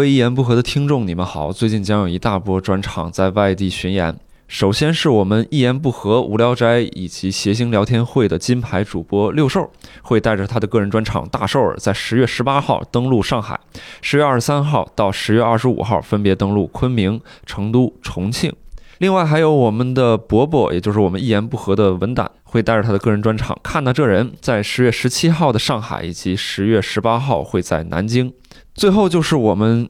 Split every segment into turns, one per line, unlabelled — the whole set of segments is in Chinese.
各位一言不合的听众，你们好！最近将有一大波专场在外地巡演。首先是我们一言不合、无聊斋以及谐星聊天会的金牌主播六兽，会带着他的个人专场《大兽儿》在十月十八号登陆上海，十月二十三号到十月二十五号分别登陆昆明、成都、重庆。另外还有我们的伯伯，也就是我们一言不合的文胆，会带着他的个人专场《看到这人》在十月十七号的上海，以及十月十八号会在南京。最后就是我们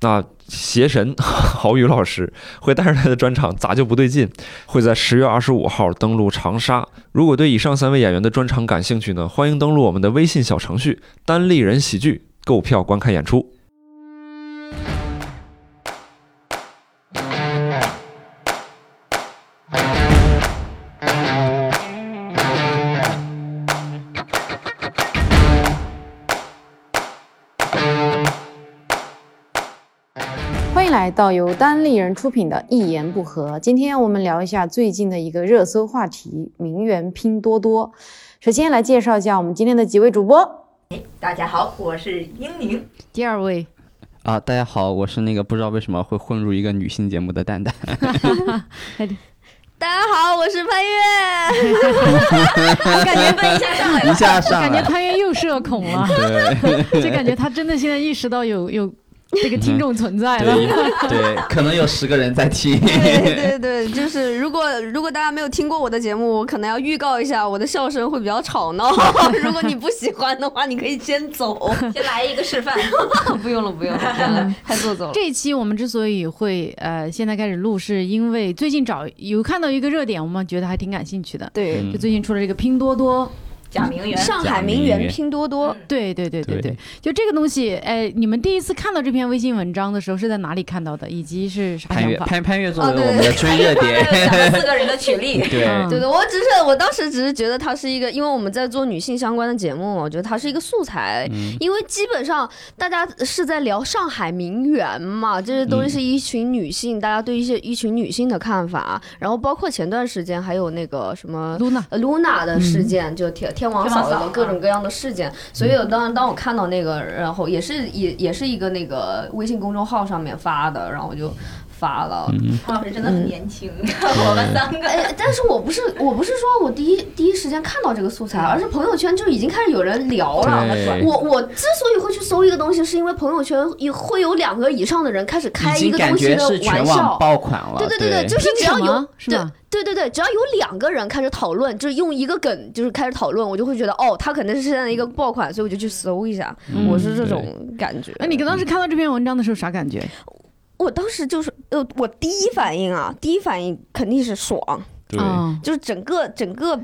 那邪神 郝宇老师会带着他的专场《咋就不对劲》，会在十月二十五号登陆长沙。如果对以上三位演员的专场感兴趣呢，欢迎登录我们的微信小程序“单立人喜剧”购票观看演出。
欢迎来到由单立人出品的《一言不合》。今天我们聊一下最近的一个热搜话题——名媛拼多多。首先来介绍一下我们今天的几位主播。
大家好，我是英宁。
第二位，
啊，大家好，我是那个不知道为什么会混入一个女性节目的蛋蛋。
大家好，我是潘越。感觉被一下上来
一
了。
下上
感觉
来，，
潘越又社恐了
对
就感觉他真的现在意识到有有这个听众存在了。
对对，可能有十个人在听。
对 对对，就是如果如果大家没有听过我的节目，我可能要预告一下，我的笑声会比较吵闹。 如 果你不喜欢的话，你可以先走。
先来一个示范，
不用了，不 用了，不用了太做作了。
这一期我们之所以会呃现在开始录，是因为最近找有看到一个热点，我们觉得还挺感兴趣的。
对，
嗯
就最近出了这个拼多多，
假名媛。
上海嗯名媛拼多多，
对对对对
对
对，就这个东西，哎，你们第一次看到这篇微信文章的时候是在哪里看到的，以及是啥
潘
想
越，
法？
潘潘越作为
哦对
我们的追热
咱
点，
们四个人的曲力。
对
嗯
对对，我只是我当时只是觉得它是一个，因为我们在做女性相关的节目嘛，我觉得它是一个素材，因为基本上大家是在聊上海名媛嘛，这些东西是一群女性，大家对一些一群女性的看法，然后包括前段时间还有那个什么
露娜，
呃 Luna
嗯
的事件，就天天王嫂
天王
的
嫂
各种各样的事件，所
嗯
以我当当我看到那个，然后也是也也是一个那个微信公众号上面发的，然后我就发了。
嗯
潘老师真的很年轻，
嗯
我们三个。
哎，但是我不是我不是说我第一第一时间看到这个素材，而是朋友圈就已经开始有人聊了。
对
我我之所以会去搜一个东西，是因为朋友圈也会有两个以上的人开始开
已
一
经
个
感
东西
觉
的
是全
玩
网
笑。
爆款了。
对对对
对
对，就是只要
凭什
有
么是
对
吧
对对对，只要有两个人开始讨论，就是用一个梗就是开始讨论，我就会觉得哦，他肯定是现在一个爆款，所以我就去搜一下，
嗯
我是这种感觉。
哎，你当时看到这篇文章的时候啥感觉？
我当时就是呃，我第一反应啊，第一反应肯定是爽，
对
啊，
就是整个整个。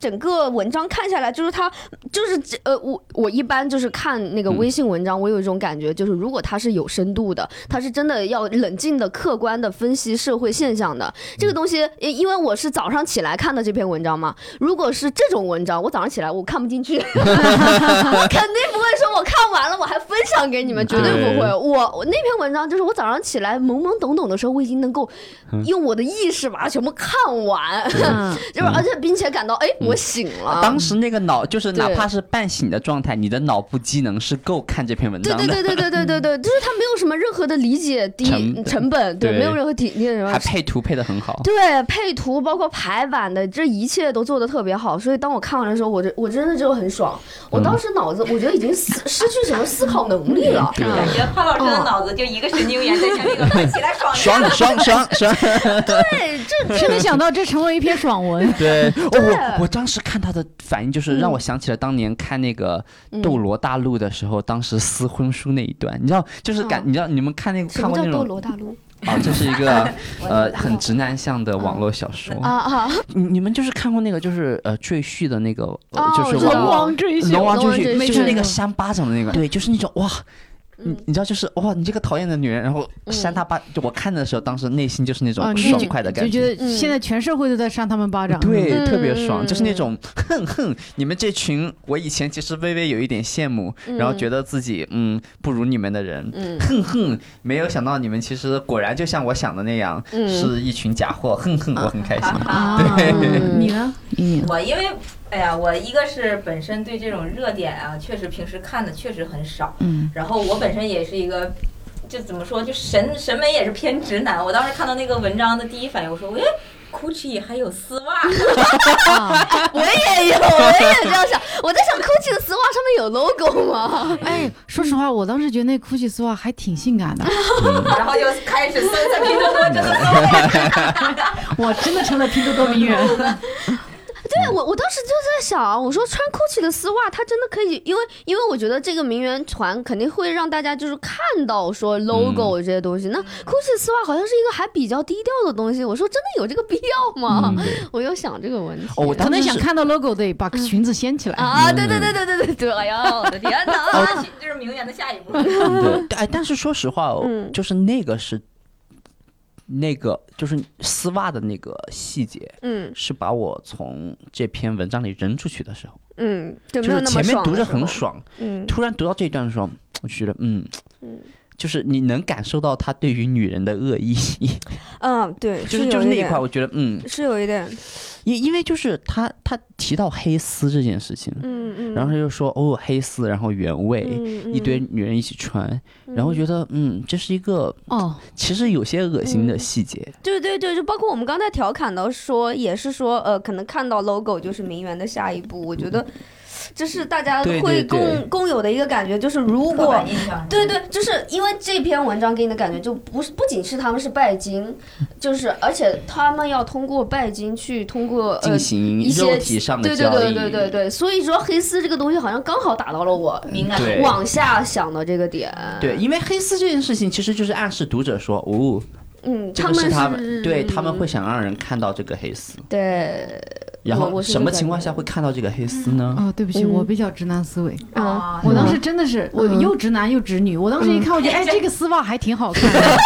整个文章看下来，就是它，就是这呃，我我一般就是看那个微信文章，我有一种感觉，就是如果它是有深度的，它是真的要冷静的、客观的分析社会现象的。这个东西，因因为我是早上起来看的这篇文章嘛，如果是这种文章，我早上起来我看不进去，我肯定不会说我看完了我还分享给你们，绝对不会。
对
我我那篇文章就是我早上起来懵懵懂懂的时候，我已经能够用我的意识把它全部看完。
嗯，
就是而且并且感到哎，我醒了。
啊当时那个脑就是哪
对
怕是半醒的状态，你的脑部机能是够看这篇文
对
章
对
的，
对对对对对对，就是他没有什么任何的理解低
成本
成本，对，
对
没有任何体那什
还
么。
配图配的很好。
对配图，包括排版的，这一切都做的特别好，所以当我看完的时候，我这我真的就很爽。我当时脑子，我觉得已经失失去什么思考能力了。
对
嗯
感
嗯
觉潘老师的脑子就一个神经元在前面，一个快起来爽一
爽
下。
爽爽爽！。
对，这
是没想到这成为一篇爽文
对，哦我我当时看他的反应就是让我想起了当年看那个《斗罗大陆》的时候，当时撕婚书那一段，你知道，就是感，你知道你们看那个
什
看
么
过
叫
那
斗
种
罗大陆
啊，这是一个呃很直男向的网络小说，
啊啊？
你你们就是看过那个就是呃赘婿的那个，呃
哦
就是
我知道
网
龙王追
龙王赘
龙王赘
婿，
婿
就是那
没看
个
嗯
过
扇巴掌的那个，对，就是那种哇。你你知道就是哇，你这个讨厌的女人，然后扇她巴，就我看的时候，当时内心就是那
啊，
种
嗯
你
爽
就
快的感
就
觉
觉，得现在全社会都在扇他们巴掌。
对，
嗯
特别爽，
嗯
就是那种哼哼，你们这群我以前其实微微有一点羡慕，然后觉得自己嗯不如你们的人，
嗯
哼哼，没有想到你们其实果然就像我想的那样，
嗯
是一群假货，哼哼，我很开心。
啊，
对
你呢？你
我因为，哎呀，我一个是本身对这种热点啊，确实平时看的确实很少，
嗯，
然后我本身也是一个
就怎么说，就审审美也是偏直男。我当时看到那个文章的第一反应，我说，哎，Gucci 还有丝袜，
啊，
我也有，我也这样想。 我在想，GUCCI 的丝袜上面有 logo 吗？
哎，说实话，我当时觉得那 GUCCI 丝袜还挺性感的，
然后就开 始搜在拼多多真的搜
我真的成了拼多多名人。
嗯
对我，我当时就在想，啊我说穿 GUCCI 的丝袜，它真的可以，因为因为我觉得这个名媛团肯定会让大家就是看到
嗯
说 logo 这些东西。那 GUCCI 丝袜好像是一个还比较低调的东西，我说真的有这个必要吗？我又想这个问题。
嗯哦我当嗯
可能想看到 logo 得把裙子掀起来。
啊，对对对对对对对，哎呀， 我的天哪！
啊，这是名媛的下一步。
对，哎，但是说实话哦，
嗯
就是那个是那个就是丝袜的那个细节，
嗯
是把我从这篇文章里扔出去的时候，
嗯，就
就
没有
是
那么
前面
爽
读
的
着
时
很
候，
爽，
嗯，
突然读到这一段的时候，我就觉得嗯
嗯。
就是你能感受到他对于女人的恶意，
嗯，对，
就是是
有
就是
一
那一
点
块，我觉得嗯，
是有一点，
因因为就是他他提到黑丝这件事情，
嗯嗯，
然后他就说哦黑丝，然后原味，
嗯
一堆，女人一起穿，然后觉得嗯这是一个
哦，
其实有些恶心的
嗯
细节，
对对对，就包括我们刚才调侃到说，也是说，呃，可能看到 logo 就是名媛的下一步，我觉得这是大家
对对
会
对
共共有的一个感觉，就是如
刻
果
板印象，
对对，就是因为这篇文章给你的感觉就不是，不仅是他们是拜金，就是而且他们要通过拜金去通过呃
进行
一些
肉体上的
对
交
对
易，
对对对对，所以说黑丝这个东西好像刚好打到了我
敏感，
对
往下想的这个点。
对因为黑丝这件事情其实就是暗示读者说，哦，
嗯，
这
他
个
们
是他
是嗯
们对他们会想让人看到这个黑丝，
对
然
我
后
我是
什
这
么
个
情况
感觉
下会看到这个黑丝呢？
哦，对不起，
嗯
我比较直男思维。
啊，
啊，
我当时真的是，我又直男又直女。我当时一看，我觉得， 哎，这个丝袜还挺好看的。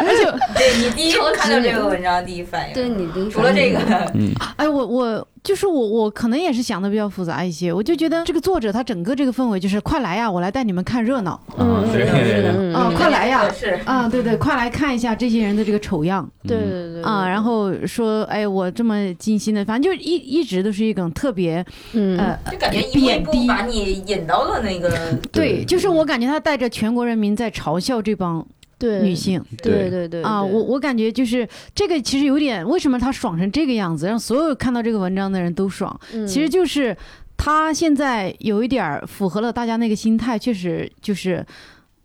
而且，
对你第一我看到这个文章第一反应，
对你的
除了这个，
哎，我我就是我，我可能也是想的比较复杂一些。我就觉得这个作者他整个这个氛围就是，快来呀，我来带你们看热闹
嗯
是的是的
嗯
啊，快来呀
是
啊，对对，快来看一下这些人的这个丑样
哦对对对
嗯
对
啊。然后说，哎，我这么精心的，反正就一一直都是一种特别
嗯
呃
就感觉一步一步把你引到了那个，
对，就是我感觉他带着全国人民在嘲笑这帮
对
女性。
嗯对对对
啊，我我感觉就是这个，其实有点为什么他爽成这个样子，让所有看到这个文章的人都爽，
嗯
其实就是他现在有一点儿符合了大家那个心态，确实就是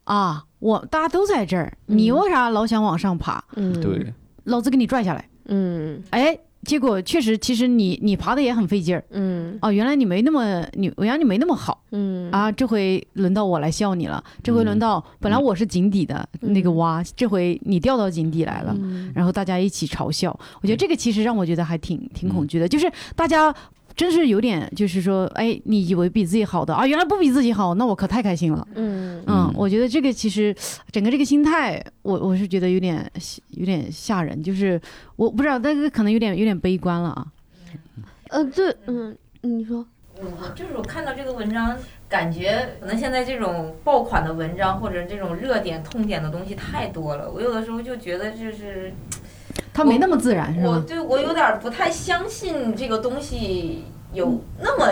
啊，我大家都在这儿，你
嗯
为啥老想往上爬？
嗯
对，
老子给你拽下来！
嗯
哎，结果确实，其实你你爬的也很费劲儿
嗯
哦，原来你没那么你原来你没那么好
嗯
啊，这回轮到我来笑你了，这
嗯
回轮到本来我是井底的那个蛙，这回你掉到井底来了。
嗯
然后大家一起嘲笑。我觉得这个其实让我觉得还挺挺恐惧的，就是大家。真是有点，就是说，哎，你以为比自己好的啊，原来不比自己好，那我可太开心了。
嗯
嗯
嗯，
我觉得这个其实整个这个心态，我我是觉得有点有点吓人，就是我不知道，但是可能有点有点悲观了啊。
呃对嗯你说
我就是我看到这个文章，感觉可能现在这种爆款的文章或者这种热点痛点的东西太多了，我有的时候就觉得就是
他没那么自然，是
我
吧？
对我有点不太相信这个东西有那么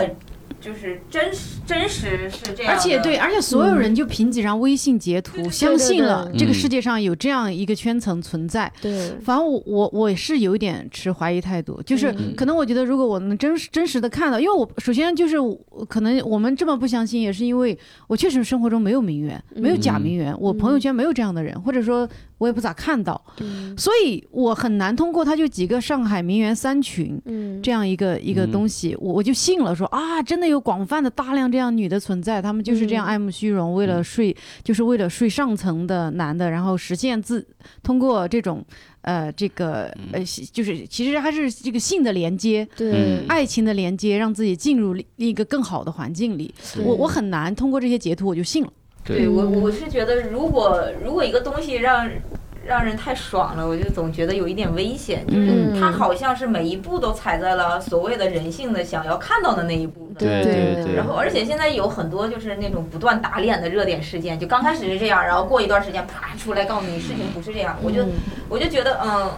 就是真实真实是这样
而
的，
且对，而且所有人就凭几张微信截
对
图，
对
相信了
对
对
这个世界上有这样一个圈层存在，
对
反正我我我是有一点持怀疑态度，就是
嗯
可能我觉得如果我能真实真实的看到，因为我首先就是我可能我们这么不相信，也是因为我确实生活中没有名媛，没有假名媛，我朋友圈没有这样的人，或者说我也不咋看到，
嗯
所以我很难通过他就几个上海名媛三群。
嗯
这样一个一个
嗯
东西，我我就信了说，啊，真的有广泛的大量这样女的存在，她们就是这样
嗯
爱慕虚荣，为了睡，就是为了睡上层的男的，然后实现自通过这种呃这个呃西就是其实还是这个性的连接。
嗯
对
爱情的连接，让自己进入另一个更好的环境里。我我很难通过这些截图我就信了。
对我我是觉得如果如果一个东西让让人太爽了，我就总觉得有一点危险，就是
嗯
它好像是每一步都踩在了所谓的人性的想要看到的那一步。
对
对
对，
然后，而且现在有很多就是那种不断打脸的热点事件，就刚开始是这样，然后过一段时间啪出来告诉你事情不是这样，我就我就觉得嗯，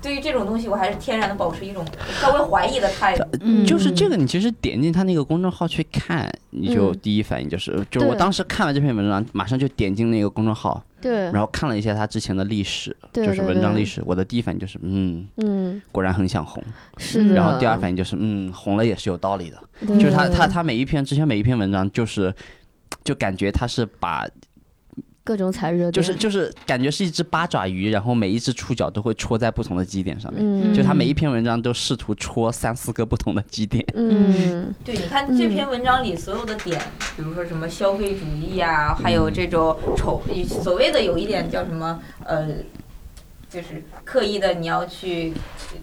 对于这种东西，我还是天然的保持一种稍微怀疑的态度。
嗯，
就是这个，你其实点进他那个公众号去看，你就
嗯
第一反应就是，就
对
我当时看完这篇文章，马上就点进那个公众号，
对
然后看了一下他之前的历史，
对
就是
对
文章
对
历史。我的第一反应就是，嗯，
嗯，
果然很想红。
是的。
然后第二反应就是，嗯，红了也是有道理的。
对
就是他他他每一篇之前每一篇文章就是，就感觉他是把
各种踩热点，
就是就是感觉是一只八爪鱼，然后每一只触角都会戳在不同的基点上面。
嗯
就他每一篇文章都试图戳三四个不同的基点。
嗯
对，你看这篇文章里所有的点，比如说什么消费主义啊，还有这种丑，所谓的有一点叫什么呃，就是刻意的你要去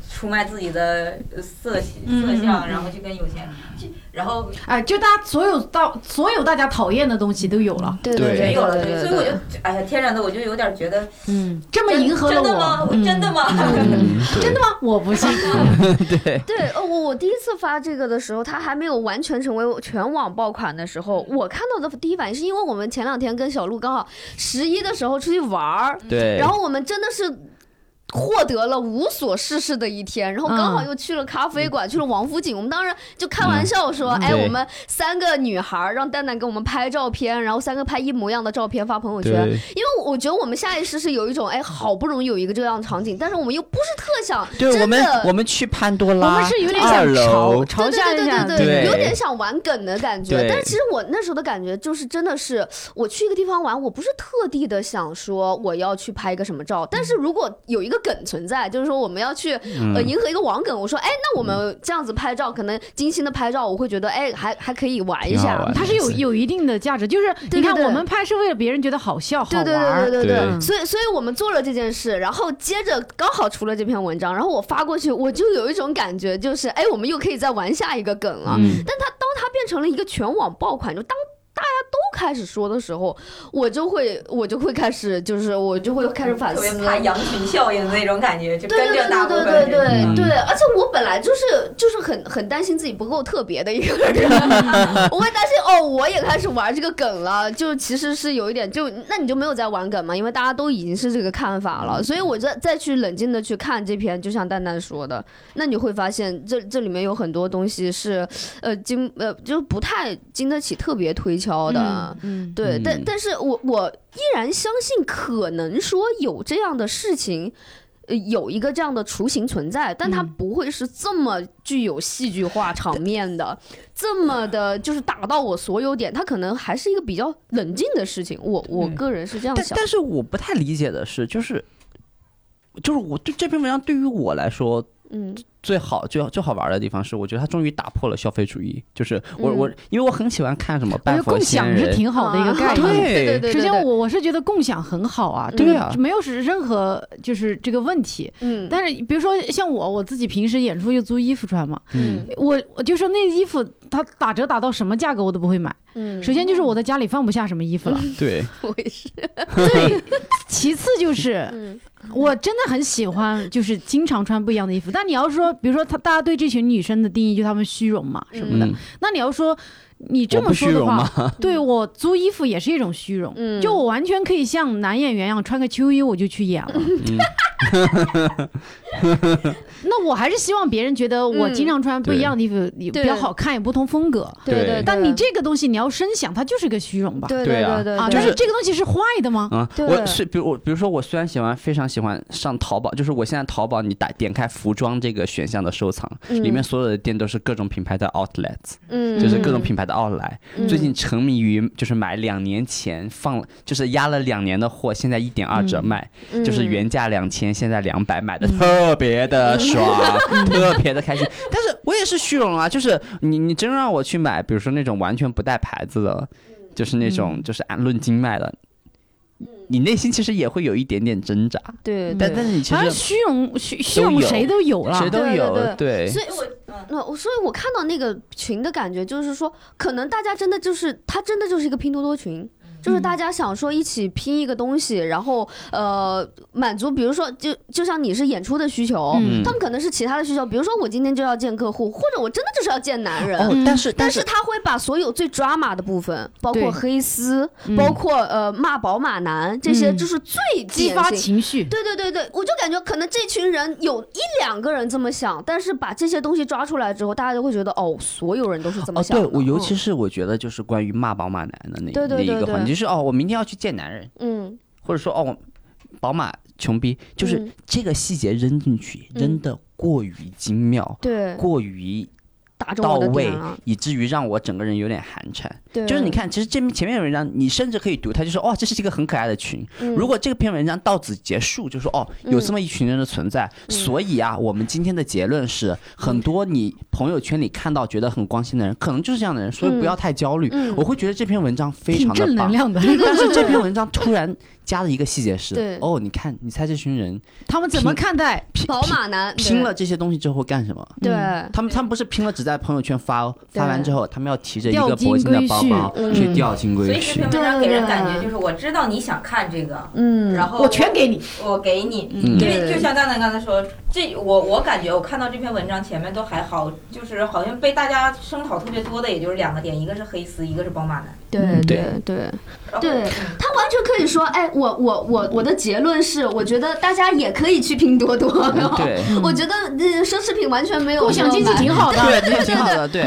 出卖自己的色色相，然后去跟有钱人，这然后
哎，就大家所有到所有大家讨厌的东西都有了，
对
对
对，
没有了，
对
所以我就哎呀，天然的我就有点觉得
嗯，这么迎合了
真的吗
我，？
嗯
真的吗？
真的吗？我不 信，
对，呃，我我第一次发这个的时候，它还没有完全成为我全网爆款的时候，我看到的第一反应是因为我们前两天跟小鹿刚好十一的时候出去玩儿，
嗯
对
然后我们真的是。获得了无所事事的一天，然后刚好
嗯
又去了咖啡馆，去了王府井。我们当时就开玩笑说：“哎，
嗯对
我们三个女孩儿让蛋蛋给我们拍照片，然后三个拍一模一样的照片发朋友圈。”因为我觉得我们下意识是有一种，哎，好不容易有一个这样的场景，但是我们又不是特想，真
对，
的
我们我们去潘多
我
拉，
们是有点
二
想
楼
嘲，嘲笑一
对
下，
对对对，
对
有点想玩梗的感觉。
对
但其实我那时候的感觉就是，真的是我去一个地方玩，我不是特地的想说我要去拍一个什么照，但是如果有一个梗存在，就是说我们要去
嗯
呃迎合一个网梗，我说哎，那我们这样子拍照，可能精心的拍照，我会觉得哎，还还可以玩一
挺好
下
玩。
它是有有一定的价值，就是
对
你看
对
我们拍是为了别人觉得好笑好
对
玩
对对
儿，
对对对，
对
所以所以我们做了这件事，然后接着刚好出了这篇文章，然后我发过去，我就有一种感觉，就是哎，我们又可以再玩下一个梗了。
嗯，
但它当它变成了一个全网爆款，就当大家都开始说的时候，我就会我就会开始就是我就会开始反
特别
思。
怕羊群效应的那种感觉，就
对
跟
对
着大
对
部分人
对对对
嗯
对，而且我本来就是就是很很担心自己不够特别的一个人， 我会担心哦，我也开始玩这个梗了，就其实是有一点就那你就没有在玩梗嘛，因为大家都已经是这个看法了，所以我再再去冷静的去看这篇，就像蛋蛋说的，那你会发现这这里面有很多东西是呃经呃就不太经得起特别推敲的，
嗯，
对，但
嗯
但是我我依然相信，可能说有这样的事情。呃，有一个这样的雏形存在，但它
嗯
不会是这么具有戏剧化场面的，这么的，就是打到我所有点。它可能还是一个比较冷静的事情。我我
嗯
个人是这样
但
想，
但是我不太理解的是，就是就是我对这篇文章对于我来说。
嗯
最好最好最好玩的地方是，我觉得他终于打破了消费主义。就是我、我，因为我很喜欢看什么
嗯我觉
半
得
佛
共
仙
享是
人，
挺好的一个概
啊
念。
对
对对对
首
对
先，
对，
我我是觉得共享很好啊，
嗯
对啊，
没有是任何就是这个问题。
嗯，
但是比如说像我，我自己平时演出就租衣服穿嘛，
嗯，
我我就说那衣服它打折打到什么价格我都不会买。
嗯，
首先就是我在家里放不下什么衣服了，
对，
我也是，
对。 其次就是
嗯
我真的很喜欢，就是经常穿不一样的衣服。但你要说，比如说他大家对这群女生的定义就她们虚荣嘛什么的，
嗯，
那你要说你这
我
么
不虚
说的
荣
话，
吗？
对我租衣服也是一种虚荣，
嗯
就我完全可以像男演员一样穿个秋衣我就去演了。
嗯
那我还是希望别人觉得我经常穿不一样的衣服也比较好看，也不同风格。
对对
嗯对
对，
但你这个东西你要深想，它就是个虚荣吧？
对
对啊
对对
啊，
对
但
就是
是这个东西是坏的吗？
啊，
对
我是比如我，比如说我虽然喜欢非常喜欢上淘宝，就是我现在淘宝你打点开服装这个选项的收藏，里面所有的店都是各种品牌的 outlets，、
嗯
就是各种品牌的奥莱。
嗯
最近沉迷于就是买两年前放就是压了两年的货，现在一点二折卖，
嗯
就是原价两千，现在两百，买的特别的爽，
嗯
特别的开心。但是我也是虚荣啊，就是你你真让我去买，比如说那种完全不带牌子的，
嗯
就是那种就是按论斤卖的，你内心其实也会有一点点挣扎，
对，
但但是你其
反正
实
虚荣虚虚
都
荣
有
谁都有了，
谁都
对
有
对，
对
所以
我嗯。
那我所以，我看到那个群的感觉就是说，可能大家真的就是，它真的就是一个拼多多群，就是
嗯
大家想说一起拼一个东西，然后呃满足，比如说就就像你是演出的需求，
嗯
他们可能是其他的需求，比如说我今天就要见客户，或者我真的就是要见男人。
哦，但是
但
但
是
是
他会把所有最 drama 的部分，包括
对
黑丝，
嗯
包括呃骂宝马男，这些
嗯
就是最
激
典
发
型
情绪，
对对对对，我就感觉可能这群人有一两个人这么想，但是把这些东西抓出来之后，大家就会觉得哦，所有人都是这么
哦，
想
对
的。
我尤其
是
是我觉得就是关于骂宝马男的那
对对对
那一个
对
环节，就是哦，我明天要去见男人，
嗯
或者说哦，宝马穷逼，就是
嗯
这个细节扔进去
嗯
扔的过于精妙，
对
过于
打中
到
我的
位
点了，，
以至于让我整个人有点寒颤。
对，
就是你看，其实这前面的文章，你甚至可以读，它就说哦，这是一个很可爱的群。
嗯，
如果这篇文章到此结束，就说哦，有这么一群人的存在，
嗯
所以啊，我们今天的结论是，很多你朋友圈里看到觉得很光鲜的人，可能就是这样的人，所以不要太焦虑。
嗯
我会觉得这篇文章非
挺
常的
正能
棒。
量的。
但是这篇文章突然加了一个细节是
对，
哦，你看，你猜这群人
他们怎么 看待？
拼
嗯宝马男
拼拼了，这些东西之后会干什么？
对
嗯
他们他们不是拼了，只在朋友圈发哦，
对
发完之后他们要提着一
钓
个
金
铂金的包包
归去
去钓金
所
龟
以这
婿
篇。文章给人感觉
对
就是我知道你想看这个，
嗯，
然后
我全给你，
我给你，
嗯
因为
对
就像蛋蛋刚才说，这我我感觉我看到这篇文章前面都还好，就是好像被大家声讨特别多的，也就是两个点，一个是黑丝，一个是宝马男。
对
嗯对
对对，
然后
对他完全可以说，哎，我我我我的结论是，我觉得大家也可以去拼多多，
嗯对，
我觉得呃奢侈品完全没有
共享经济
买
挺好的，
对，这个挺好的，对，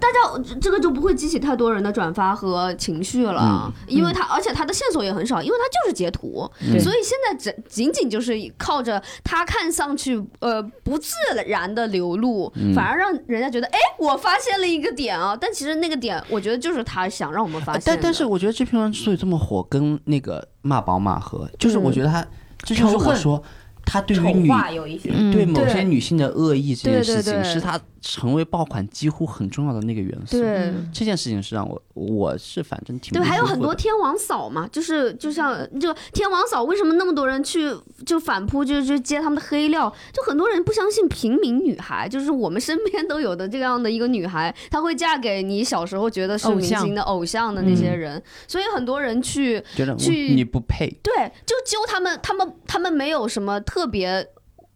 大家这个就不会激起太多人的转发和情绪了，因为它而且它的线索也很少，因为它就是截图，
嗯
所以现在只仅仅就是靠着它看上去呃不自然的流露，
嗯
反而让人家觉得哎，我发现了一个点啊，但其实那个点我觉得就是他想让我们发现的、
呃但但是我觉得这篇文章之所以这么火，跟那个骂宝马和，就是我
嗯
觉得他，这就是我
仇恨
说他对于
丑
女
化有一些，
嗯
对某些
对
女性的恶意这件
对
事
对
情，
对
是他成为爆款几乎很重要的那个元素。
对。
嗯
这件事情是让我，我是反正挺
对，
不
还有
舒
很
服
多
的
天王嫂嘛，就是就像就天王嫂，为什么那么多人去就反扑，就就揭他们的黑料？就很多人不相信平民女孩，就是我们身边都有的这样的一个女孩，她会嫁给你小时候觉得是
偶
明
像嗯
星的偶像的那些人，所以很多人去
觉得我
去
你不配，
对就揪他们，他们他们没有什么特别。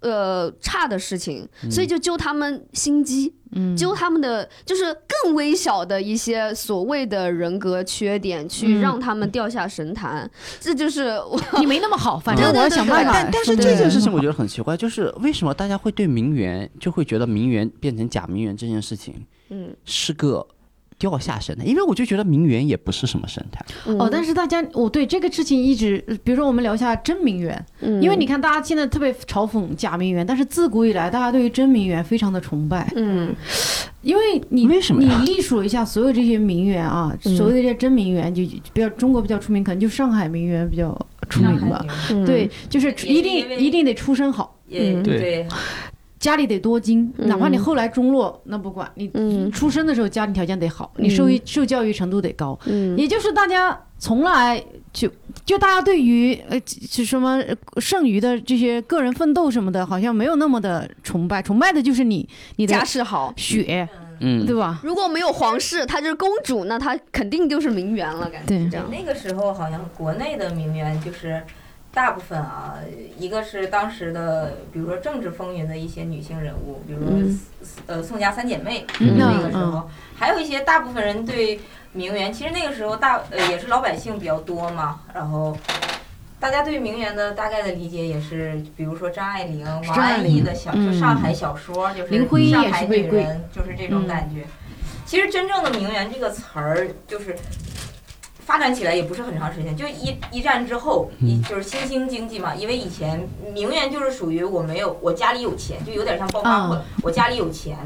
呃，差的事情，所以就揪他们心机，
嗯，
揪他们的就是更微小的一些所谓的人格缺点，去
嗯
让他们掉下神坛，这就是我
你没那么好，反正
对
我
对
要
对
想
对
办
对
法。
但但是
说
这
你
件事情
很
我觉得很奇怪，就是为什么大家会对名媛就会觉得名媛变成假名媛这件事情
嗯
是个掉下神坛？因为我就觉得名媛也不是什么神坛，
嗯
哦，但是大家，我对这个事情一直，比如说我们聊一下真名媛，
嗯
因为你看大家现在特别嘲讽假名媛，但是自古以来大家对于真名媛非常的崇拜，
嗯
因为你
为什么呀
你历数一下所有这些名媛啊，
嗯
所谓的这些真名媛，就比较中国比较出名，可能就上海名媛比较出
上
名
海
吧
女。
嗯
对，就是
也
一
因为
定一定得出身好，
也
嗯
对，
家里得多金，哪怕你
嗯
后来中落那不管，你
嗯
出生的时候家庭条件得好，你受育受教育程度得高，
嗯
也就是大家从来就就大家对于呃就什么呃剩余的这些个人奋斗什么的，好像没有那么的崇拜，崇拜的就是你你
家
的
世好。
血，
嗯
对吧？
如果没有皇室，她就是公主，那她肯定就是名媛了，感觉
对
这样。
那个时候好像国内的名媛就是大部分啊，一个是当时的，比如说政治风云的一些女性人物，比如说、
嗯
呃宋家三姐妹，
嗯
那个时
嗯
候，还有一些大部分人对名媛，其实那个时候大呃也是老百姓比较多嘛，然后。大家对名媛的大概的理解也是，比如说张爱玲、王
张爱
安忆
玲
的小，
嗯
就上海小说，就是
林徽因
上
也
海
是贵
女
贵
人，就是这种
嗯
感觉。其实真正的名媛这个词儿，就是发展起来也不是很长时间，就一一战之后，
嗯
一就是新兴经济嘛。因为以前名媛就是属于我没有，我家里有钱，就有点像暴发
啊
户，我家里有钱，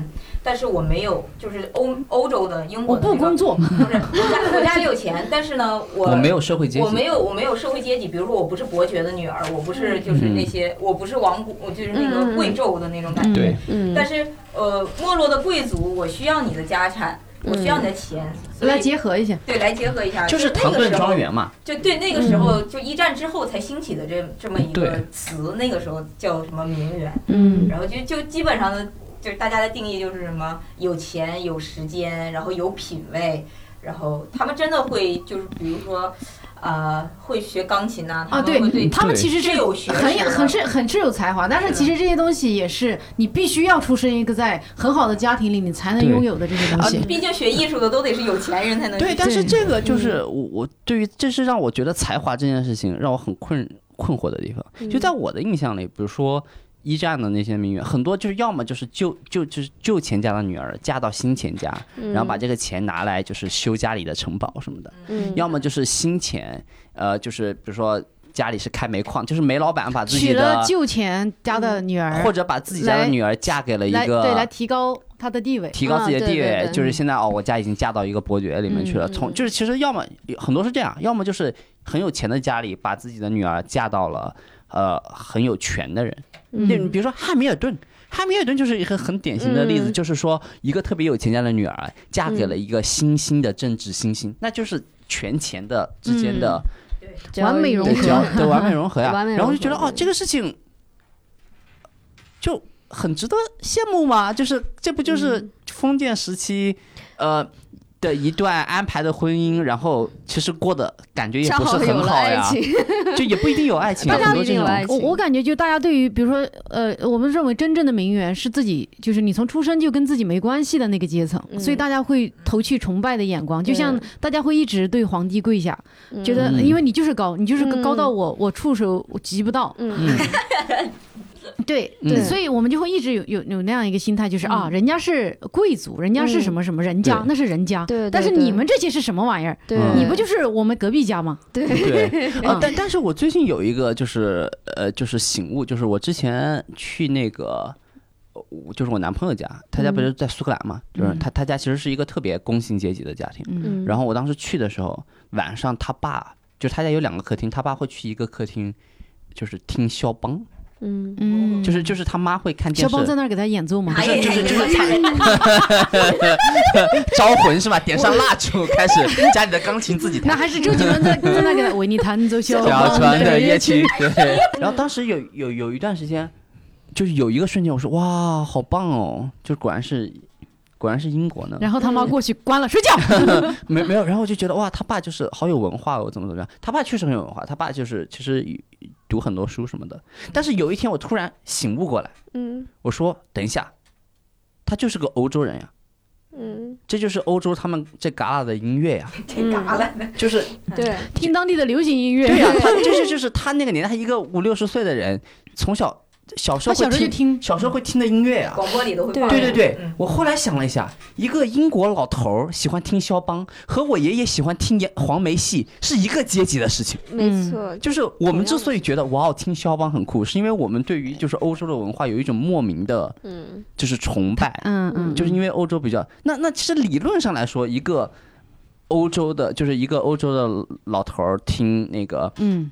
但是我没有，就是欧欧洲的英
我
国的
不
那个
工作，
不是我家我家里有钱，但是呢，我
我没有社会阶级，
我没有我没有社会阶级，比如说我不是伯爵的女儿，我不
嗯
是就是
嗯
那些，我不是王公，我就是那
嗯嗯
个
嗯
贵胄的那种感觉。
对
嗯
但是呃，没落的贵族，我需要你的家产，我需要你的钱，所以
嗯来结合一下，
对来结合一下，
就是
啊那
唐
个
顿
时
庄
候，
园嘛，
就对那个时候就一战之后才兴起的这这么一
对
个词，那个时候叫什么名媛，
嗯
然后就就基本上的就是大家的定义就是什么有钱有时间，然后有品位。然后他们真的会就是比如说，呃，会学钢琴呐、
啊，
们会对
对他们其实
是
是
有学
很
识的
很是很是有才华，但是其实这些东西也是你必须要出生一个在很好的家庭里，你才能
对
拥有的这些东
啊
西。
毕竟学艺术的都得是有钱人才能
对，
去
但是
对
这个就是我我对于这是让我觉得才华这件事情让我很困困惑的地方。就在我的印象里，比如说一战的那些名媛，很多就是要么就是旧旧就是旧钱家的女儿嫁到新钱家，
嗯
然后把这个钱拿来就是修家里的城堡什么的，
嗯
要么就是新钱，呃，就是比如说家里是开煤矿，就是煤老板把自己
娶了
的
旧钱家的女儿，
或者把自己家的
来
女儿嫁给了一
来对来
个。
提高她的地位。
提高自己的
啊对
地
对
位，
对
就是现在哦，我家已经嫁到一个伯爵里面去了。
嗯
从就是其实要么很多是这样，要么就是很有钱的家里把自己的女儿嫁到了呃很有权的人。
嗯
那
嗯
你比如说汉密尔顿，汉密尔顿就是一个很典型的例子，
嗯
就是说一个特别有钱家的女儿啊嫁给了一个新兴的政治新星，那就是权钱的之间
嗯
的
完美融
对，
合
只要对完美融合呀、
完美
然
融合
后就觉得哦，
对
这个事情就很值得羡慕嘛，就是这不就是
嗯
封建时期，呃。的一段安排的婚姻，然后其实过得感觉也
恰
不是
好有
很
了
好
爱
呀，
情，
就也不一定有 爱情，啊
大家
很多这
不一定有
种
爱情
我我感觉就大家对于比如说呃，我们认为真正的名媛是自己，就是你从出生就跟自己没关系的那个阶层，
嗯
所以大家会投去崇拜的眼光，就像大家会一直对皇帝跪下，觉得
嗯
因为你就是高，你就是
嗯
高到我、我触手及不到，
嗯
对
嗯
对，所以我们就会一直有有有那样一个心态，就是啊，人家是贵族，人家是什么什么人家
对，
那是人家，
对对
但是
对
你们这些是什么玩意儿？
对
嗯
你不就是我们隔壁家吗？
对
对，啊
嗯，
但但是我最近有一个就是呃，就是醒悟，就是我之前去那个，呃我就是我男朋友家，他家不
嗯
是在苏格兰嘛，就是他他家其实是一个特别工薪阶级的家庭。
嗯
然后我当时去的时候，晚上他爸就他家有两个客厅，他爸会去一个客厅，就是听肖邦，
嗯
嗯，
就是就是他妈会看
肖
电视
邦。在那儿给他演奏吗？
哎呀，
就是就是
吓人！
招魂是吧？点上蜡 烛，开始家里的钢琴自己弹。
那还是周杰伦在在那给他为你弹奏肖
小
邦
船的
哦夜
夜曲
曲。。
对。 然后当时有有有一段时间，就是有一个瞬间，我说哇，好棒哦！就果然是，果然是英国呢。
然后他妈过去关了睡觉。
没没有，然后我就觉得哇，他爸就是好有文化哦，怎么怎么样？他爸确实很有文化，他爸就是其实读很多书什么的。但是有一天我突然醒悟过来，
嗯
我说等一下，他就是个欧洲人呀，
嗯，
这就是欧洲他们这旮旯的音乐 呀，
这嘎了，
就是
对，
听当地的流行音乐。
对呀、他就是就是他那个年代，他一个五六十岁的人，从小小时
他
候会
小时候就
听
听，
小时候会听的音乐啊。
广播里都会放。
对对对
嗯，
我后来想了一下，一个英国老头儿喜欢听肖邦，和我爷爷喜欢听黄梅戏是一个阶级的事情。
没错，
就是我们之所以觉得哇，哦，听肖邦很酷，是因为我们对于就是欧洲的文化有一种莫名的，
嗯
就是崇拜，
嗯嗯，
就是因为欧洲比较那那其实理论上来说，一个欧洲的，就是一个欧洲的老头儿听那个
嗯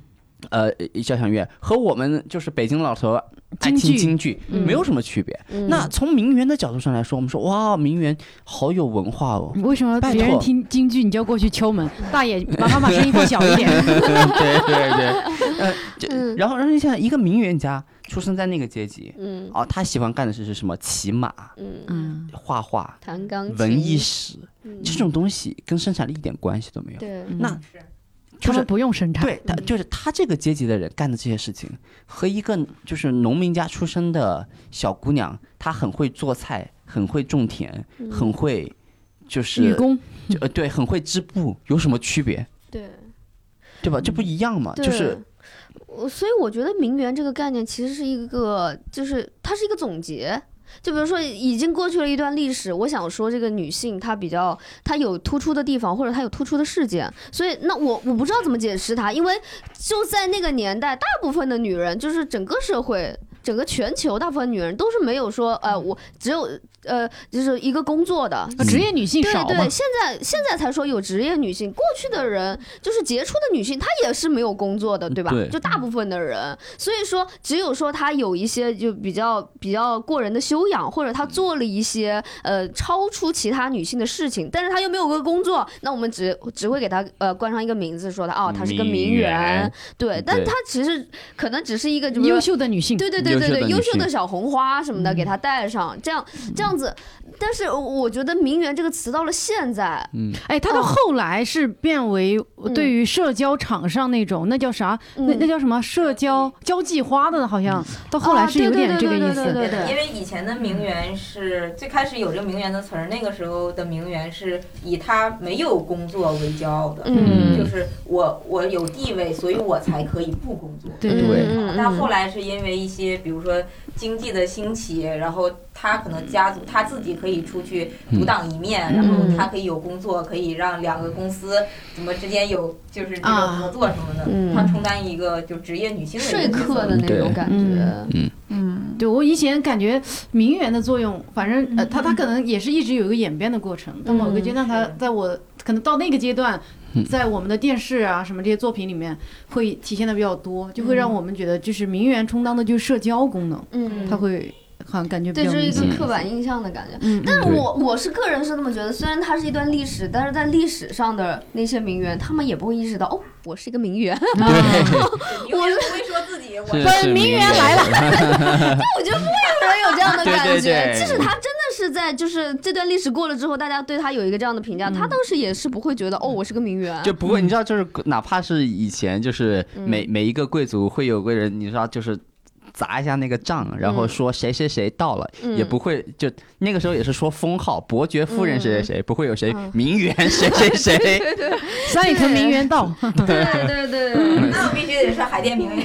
呃交响乐和我们就是北京老头儿爱
京
听
剧嗯
京剧没有什么区别。
嗯
那从名媛的角度上来说，我们说哇，名媛好有文化哦。
为什么
拜
别人
托
听京剧你就要过去敲门？大爷，把妈把声音放小一 点。
对对对，呃，就然后然后你想一个名媛家出生在那个阶级，
嗯
哦，他喜欢干的事是什么？骑马、
嗯，
嗯，
画画、
弹钢琴，
文艺史
嗯
这种东西跟生产力一点关系都没有。
对，
那
嗯他
就
们
是
不用生产。
对他，就是他这个阶级的人干的这些事情，和一个就是农民家出身的小姑娘，她很会做菜，很会种田，
嗯
很会就是
女工，
就呃对，很会织布，有什么区别？
对。
对吧？这不一样嘛，
对
就是
我所以我觉得名媛这个概念其实是一个，就是它是一个总结。就比如说，已经过去了一段历史，我想说这个女性她比较她有突出的地方，或者她有突出的事件，所以那我我不知道怎么解释它，因为就在那个年代，大部分的女人就是整个社会。整个全球大部分女人都是没有说，呃，我只有呃，就是一个工作的，
职业女性
对
少嘛
对，？现在现在才说有职业女性，过去的人就是杰出的女性，她也是没有工作的，对吧？
对
就大部分的人，所以说只有说她有一些就比较比较过人的修养，或者她做了一些呃超出其他女性的事情，但是她又没有个工作，那我们只只会给她呃冠上一个名字，说她哦，她是个名
名媛
媛，对，但
对
她其实可能只是一个就比
优
如说
秀的女性。
对对对
优
对
秀
对，
的嗯
优
女
秀
性
的小红花什么的给她带上，这样这样子，但是我觉得“名媛”这个词到了现在，
嗯，
哎，他到
哦
后来是变为对于社交场上那种，那叫啥？那
嗯
那叫什么？社交交际花的，好像到后来
啊
是有
对
点这
对
个
对对
意
对
思。
对
因为以前的名媛是最开始有这个名媛的词儿，那个时候的名媛是以她没有工作为骄傲的，
嗯
就是我我有地位，所以我才可以不工作。
对
对
嗯
但后来是因为一些，比如说经济的兴起，然后她可能家族她自己可以出去独当一
嗯
面，然后她可以有工作，可以让两个公司怎么之间有就是这种
啊
合作什么的，
嗯
她充当一个就职业女性的一个
说
角色
客的那种感
嗯
觉。
嗯，
对我以前感觉名媛的作用，反正呃，
嗯
他他可能也是一直有一个演变的过程。到某
嗯
个阶段，他
是
在我可能到那个阶段
嗯，
在我们的电视啊什么这些作品里面会体现的比较多，就会让我们觉得就是名媛充当的就是社交功能，
嗯
他会好像感觉比
对，
较
这是一
明显。
个刻板印象的感觉。
嗯，
但是
对
我我是个人是这么觉得，虽然它是一段历史，但是在历史上的那些名媛，他们也不会意识到，哦，我是一个名媛。
啊
对，
永远不会说自己我
是
本
是
名媛来
了，
我觉得不会有人有这样的感觉。
对对对
即使他真的是在就是这段历史过了之后，大家对他有一个这样的评价，他当时也是不会觉得哦，我是个名媛。
嗯就不过你知道，就是哪怕是以前，就是每每一个贵族会有个人，你知道，就是砸一下那个账，然后说谁谁谁到了，
嗯
也不会就那个时候也是说封号，伯爵夫人谁谁谁，不会有谁
嗯
名媛谁谁谁，
三里屯名媛道，
对对对，
那我必须得说海淀名媛，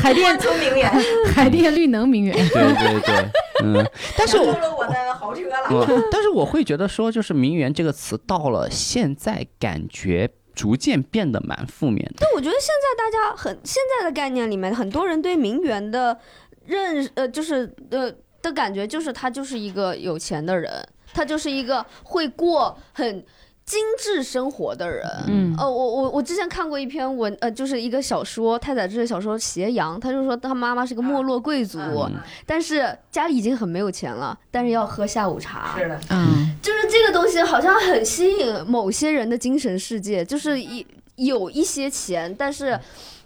海淀
山村名 媛，
海淀绿能 名媛。
对对对，嗯，但是
抢
我
走了我的豪车了。
嗯，但是我会觉得说，就是“名媛”这个词到了现在，感觉逐渐变得蛮负面的。
但我觉得现在大家很现在的概念里面，很多人对名媛的认识，呃，就是呃的感觉就是他就是一个有钱的人，他就是一个会过很精致生活的人。
嗯
呃，我我我之前看过一篇文，呃，就是一个小说，太宰治的小说《斜阳》，他就说他妈妈是个没落贵族，
嗯
但是家里已经很没有钱了，但是要喝下午茶，
是的，
嗯，
就是这个东西好像很吸引某些人的精神世界，就是一有一些钱，但是。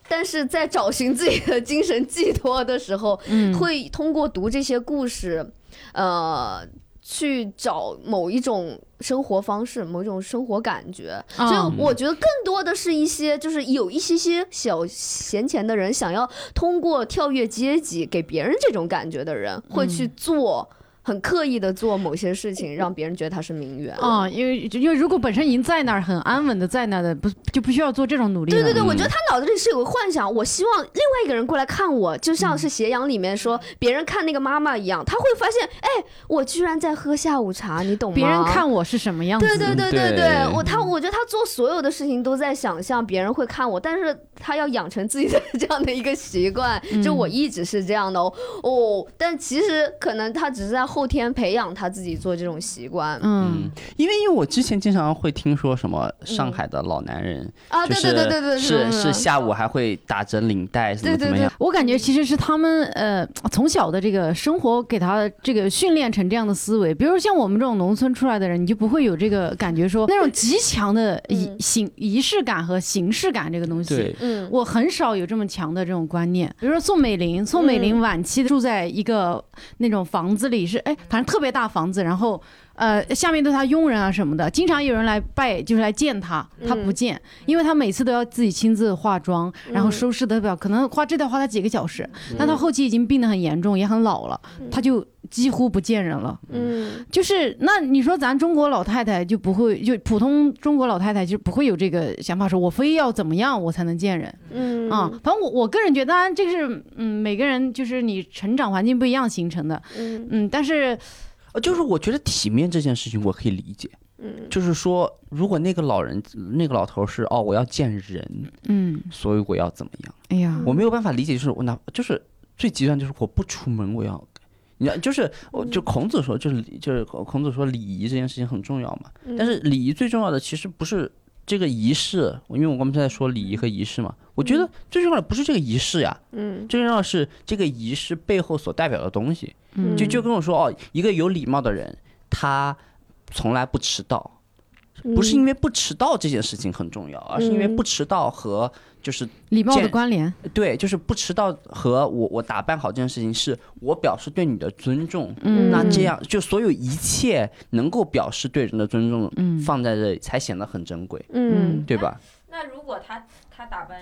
但是在找寻自己的精神寄托的时候，
嗯
会通过读这些故事，呃，去找某一种生活方式、某一种生活感觉。
啊
所以我觉得更多的是一些，就是有一些些小闲钱的人，想要通过跳跃阶级给别人这种感觉的人，会去
嗯
做。很刻意的做某些事情，让别人觉得他是名媛。
啊、因为因为如果本身已经在那儿很安稳的在那儿的，不就不需要做这种努力了。
对对对，我觉得他脑子里是有个幻想，我希望另外一个人过来看我，就像
嗯
是《斜阳》里面说别人看那个妈妈一样，他会发现，哎，我居然在喝下午茶，你懂吗？
别人看我是什么样子。
对对对对
对
对，我他我觉得他做所有的事情都在想象别人会看我，但是他要养成自己的 这样的一个习惯，就我一直是这样的哦，哦但其实可能他只是在后天培养他自己做这种习惯
嗯，
因为因为我之前经常会听说什么上海的老男人，
嗯啊，
就
对
是
对对对对，
是
对
是，下午还会打着领带怎么
对
怎
对
么样
对，，
我感觉其实是他们呃从小的这个生活给他这个训练成这样的思维。比如像我们这种农村出来的人，你就不会有这个感觉说那种极强的仪
嗯
形仪式感和形式感这个东西。
对，
嗯
我很少有这么强的这种观念。比如说宋美龄，宋美龄晚期住在一个那种房子里是，哎，反正特别大房子，然后呃，下面都是她佣人啊什么的，经常有人来拜，就是来见她，她不见，因为她每次都要自己亲自化妆，然后收拾得表，可能花这得花她几个小时。但她后期已经病得很严重，也很老了，她就几乎不见人了。
嗯
就是那你说咱中国老太太就不会，就普通中国老太太就不会有这个想法，说我非要怎么样我才能见人。
嗯
啊，反正我我个人觉得，当然这个是嗯，每个人就是你成长环境不一样形成的，
嗯
嗯，但是
呃就是我觉得体面这件事情我可以理解，
嗯
就是说如果那个老人那个老头是哦我要见人，
嗯，
所以我要怎么样，
哎呀，
我没有办法理解，就是我哪就是最极端就是我不出门我要。你知道，就是我就孔子说，就是就是孔子说礼仪这件事情很重要嘛。但是礼仪最重要的其实不是这个仪式，因为我们刚才在说礼仪和仪式嘛。我觉得最重要的不是这个仪式呀，
嗯
最重要的是这个仪式背后所代表的东西。
嗯
就就跟我说哦，一个有礼貌的人，他从来不迟到，
嗯
不是因为不迟到这件事情很重要，而是因为不迟到和就是
礼貌的
见
关联，
对，就是不迟到和我我打扮好这件事情，是我表示对你的尊重。
嗯
那这样就所有一切能够表示对人的尊重，
嗯
放在这里才显得很珍贵，
嗯
嗯，
对吧？
那如果他他打扮，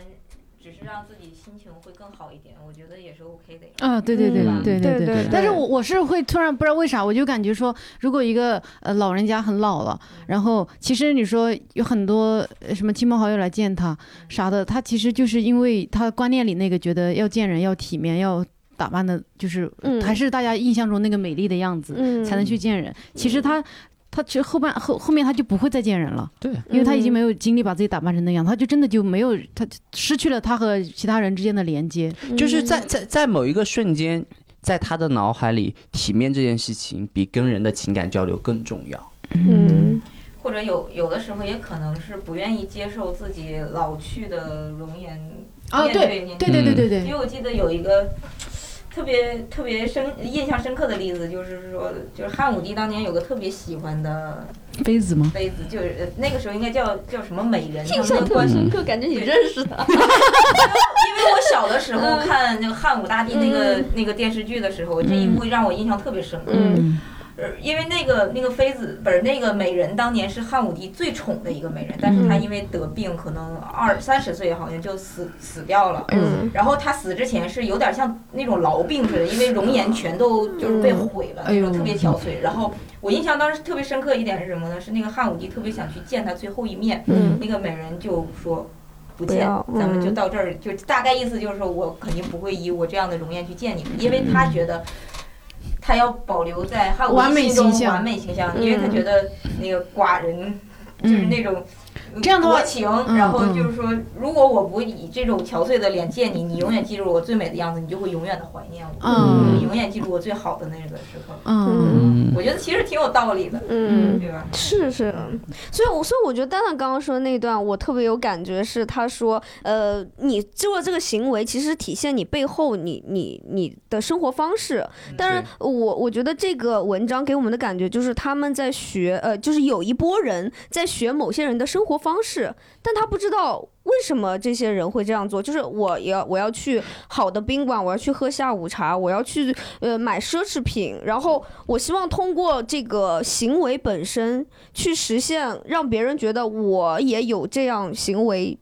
只是让自己心情会更好一点，我觉得也是 OK 的呀。
啊，对对对
嗯
对
对
对
对
但是我我是会突然不知道为啥，我就感觉说，如果一个呃老人家很老了，
嗯
然后其实你说有很多呃什么亲朋好友来见他
嗯
啥的，他其实就是因为他观念里那个觉得要见人要体面要。打扮的，就是、
嗯
还是大家印象中那个美丽的样子，
嗯
才能去见人。其实他，他其实后半后后面他就不会再见人了，
对，
因为他已经
嗯
没有精力把自己打扮成那样，他就真的就没有，他就失去了他和其他人之间的连接。
嗯
就是在在在某一个瞬间，在他的脑海里，体面这件事情比跟人的情感交流更重要。
嗯
或者有有的时候也可能是不愿意接受自己老去的容颜，
啊，
面
对
年
对
轻
对对对对，
嗯
因为我记得有一个特别特别深印象深刻的例子，就是说，就是汉武帝当年有个特别喜欢的
杯子吗？
妃子，就是呃那个时候应该叫叫什么美人，他
印
们
象
的
特
关系。
深刻，感觉你认识他。
因为我小的时候看那个汉武大帝那个、
嗯
那个电视剧的时候，这一幕让我印象特别深刻。
嗯
呃因为那个那个妃子不是那个美人，当年是汉武帝最宠的一个美人，但是她因为得病，可能二三十岁好像就死死掉了。
嗯
然后她死之前是有点像那种痨病似的，因为容颜全都就是被毁了，
嗯
那种
哎呦
特别憔悴。然后我印象当时特别深刻一点是什么呢？是那个汉武帝特别想去见她最后一面，
嗯
那个美人就说不
不
见
要，
咱们就
嗯
到这儿，就大概意思就是说我肯定不会以我这样的容颜去见你们，因为他觉得。他要保留在汉武
完美
帝心中
形象
完美形象，因为他
嗯
觉得那个寡人就是那种
嗯这样的话
薄情，
嗯
然后就是说，如果我不以这种憔悴的脸见你，你永远记住我最美的样子，你就会永远的怀念我，
嗯
你会永远记住我最好的那个时刻。
嗯
我觉得其实挺有道理的，
嗯。
对吧？
是是，所以我所以我觉得丹丹刚刚说的那段，我特别有感觉，是他说，呃，你做这个行为，其实体现你背后你你你的生活方式。但是我我觉得这个文章给我们的感觉就是他们在学，呃，就是有一波人在学某些人的生活方式，但他不知道。为什么这些人会这样做？就是我要我要去好的宾馆，我要去喝下午茶，我要去呃买奢侈品，然后我希望通过这个行为本身去实现，让别人觉得我也有这样行为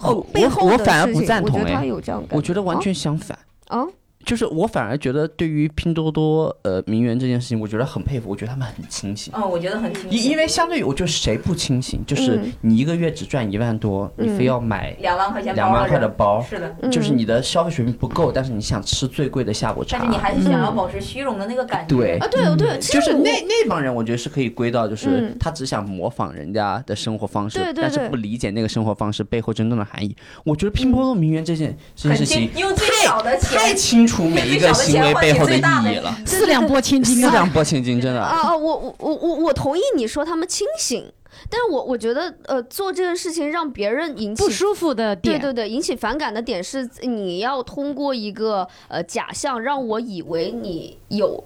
哦，
背后
我我
的
反而
事
不
情
赞同
我觉得他
哎，
有这样感
我觉得完全相反。
啊，
就是我反而觉得，对于拼多多呃名媛这件事情，我觉得很佩服，我觉得他们很清醒。
嗯，我觉得很清
因
晰。
因为相对于我觉得谁不清醒，就是
嗯
你一个月只赚一万多，你非要买
两万块钱包
两万块的包，
是的，
嗯
就是你的消费水平不够，但是你想吃最贵的下午茶，
但是你还是想要保持虚荣的那个感觉。
对
啊，对对，
嗯
其
就
实
是
我
那那帮人，我觉得是可以归到，就是
嗯
他只想模仿人家的生活方式，
对对
但是
对嗯
不理解那个生活方式背后真正的含义。我觉得拼多多名媛这件这件事情
很清用最小的钱
太清楚每一个行为背后的意义了，
嗯四两拨千斤
四
啊！
两拨千斤，真 的。
啊啊，我我我我我同意你说他们清醒，但是我我觉得呃做这件事情让别人引起
不舒服的
对
点，
对对，引起反感的点是你要通过一个呃假象让我以为你有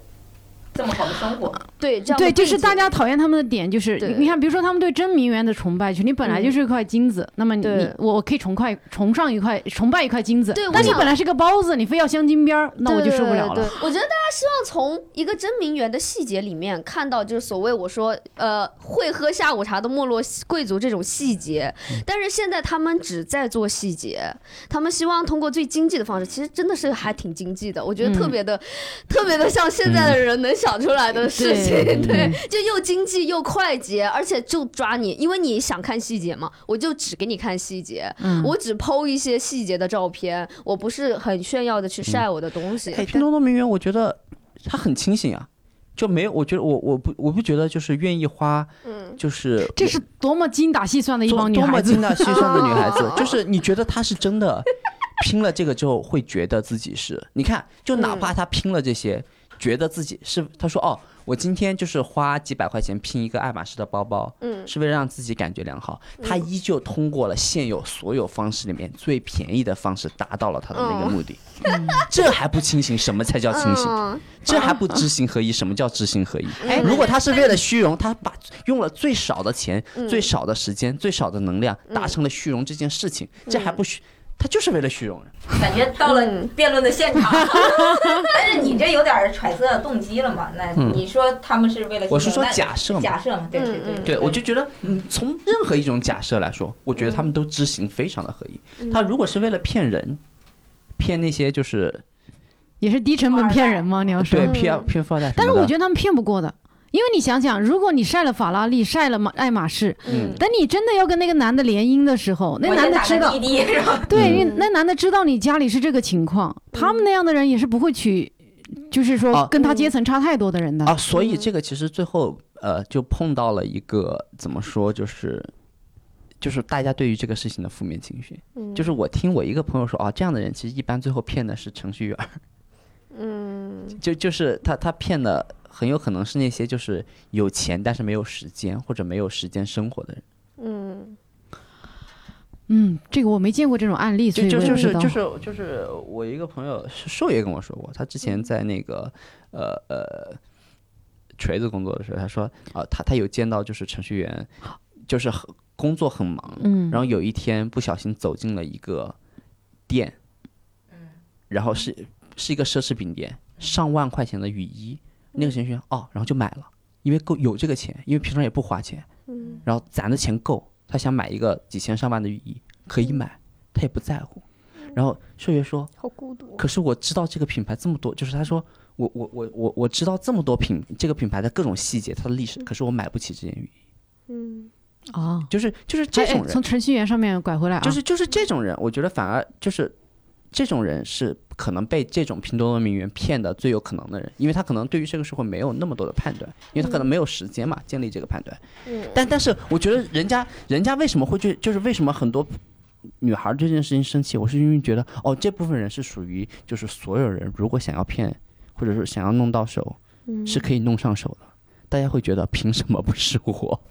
这么好的生活，
对这样的
对，就是
背景
大家讨厌他们的点就是，
对嗯
你你看，比如说他们对真名媛的崇拜，就你本来就是一块金子，那么你
对
你我可以崇快崇尚一块崇拜一块金子，
对我
但你
想
本来是个包子，你非要镶金边儿，那我就受不了
对
了
对。对我觉得大家希望从一个真名媛的细节里面看到，就是所谓我说呃会喝下午茶的没落贵族这种细节，
嗯
但是现在他们只在做细节，他们希望通过最经济的方式，其实真的是还挺经济的，我觉得特别的、特别的像现在的人能想出来的事情，
嗯对
对， 就又经济又快捷，而且就抓你，因为你想看细节嘛，我就只给你看细节，
嗯
我只剖一些细节的照片，我不是很炫耀的去晒我的东西。
哎，拼多多名媛，我觉得他很清醒啊，就没有，我觉得我我不我不觉得就是愿意花，
嗯
就是
这是多么精打细算的一
多
帮女
多
孩
么
子
精， 打细算的女孩子
哦，
就是你觉得她是真的拼了这个之后，
嗯
会觉得自己是，你看，就哪怕她拼了这些，觉得自己是，她说哦，我今天就是花几百块钱拼一个爱马仕的包包，
嗯
是为了让自己感觉良好。
嗯
他依旧通过了现有所有方式里面最便宜的方式，达到了他的那
嗯
个目的。 这还不清醒，什么才叫清醒？
嗯
这还不知行合一？什么叫知行合一？
哎
如果他是为了虚荣，他把用了最少的钱、最少的时间、最少的能量，达成了虚荣这件事情，这还不虚？他就是为了虚荣。
感觉到了
嗯
辩论的现 场。但是你这有点揣测动机了嘛？那你说他们是为了
嗯我是
形容
说
那
假设嘛
假设嘛，对对
嗯嗯
对，我就觉得，嗯，从任何一种假设来说，我觉得他们都知行非常的合一。他如果是为了骗人，骗那些就是
也是低成本骗人吗？你要说
对，骗骗富二代什么的，
但是我觉得他们骗不过的，因为你想想，如果你晒了法拉利，晒了马爱马仕，
嗯
等你真的要跟那个男的联姻的时候，那
我
男
先
的
打
知
个
道
滴，滴是吧？
对，
嗯
因为那男的知道你家里是这个情况，他们那样的人也是不会娶，就是说
啊
跟他阶层差太多的人的。
啊，所
嗯
以这个其实最后呃，就碰到了一个怎么说，就是就是大家对于这个事情的负面情绪。
嗯
就是我听我一个朋友说啊，这样的人其实一般最后骗的是程序员儿，
嗯
就就是他他骗的很有可能是那些就是有钱但是没有时间或者没有时间生活的人。
嗯
嗯，这个我没见过这种案例，所
就
以
就
我也
就
不知
是
道。
就是就是我一个朋友是兽爷跟我说过，他之
嗯
前在那个呃呃锤子工作的时候，他说啊、他他有见到就是程序员，就是很工作很忙，
嗯
然后有一天不小心走进了一个店，然后是是一个奢侈品店，上万块钱的雨衣，那个程序员哦，然后就买了，因为够有这个钱，因为平常也不花钱，
嗯
然后攒的钱够，他想买一个几千上万的雨衣，可以买，他也不在乎。然后秀月说
好孤独。
可是我知道这个品牌这么多，就是他说我我我我我知道这么多品这个品牌的各种细节，它的历史，可是我买不起这件雨衣，
嗯
啊，
就是就是
哎
这
哎
种，人，
从程序员上面拐回来啊，
就是就是这种人，我觉得反而就是这种人是可能被这种拼多多名媛骗的最有可能的人，因为他可能对于这个社会没有那么多的判断，因为他可能没有时间嘛，建立这个判断。
嗯
但但是我觉得人家人家为什么会去，就是为什么很多女孩对这件事情生气，我是因为觉得哦，这部分人是属于就是所有人如果想要骗，或者说想要弄到手，
嗯
是可以弄上手的。大家会觉得凭什么不是我？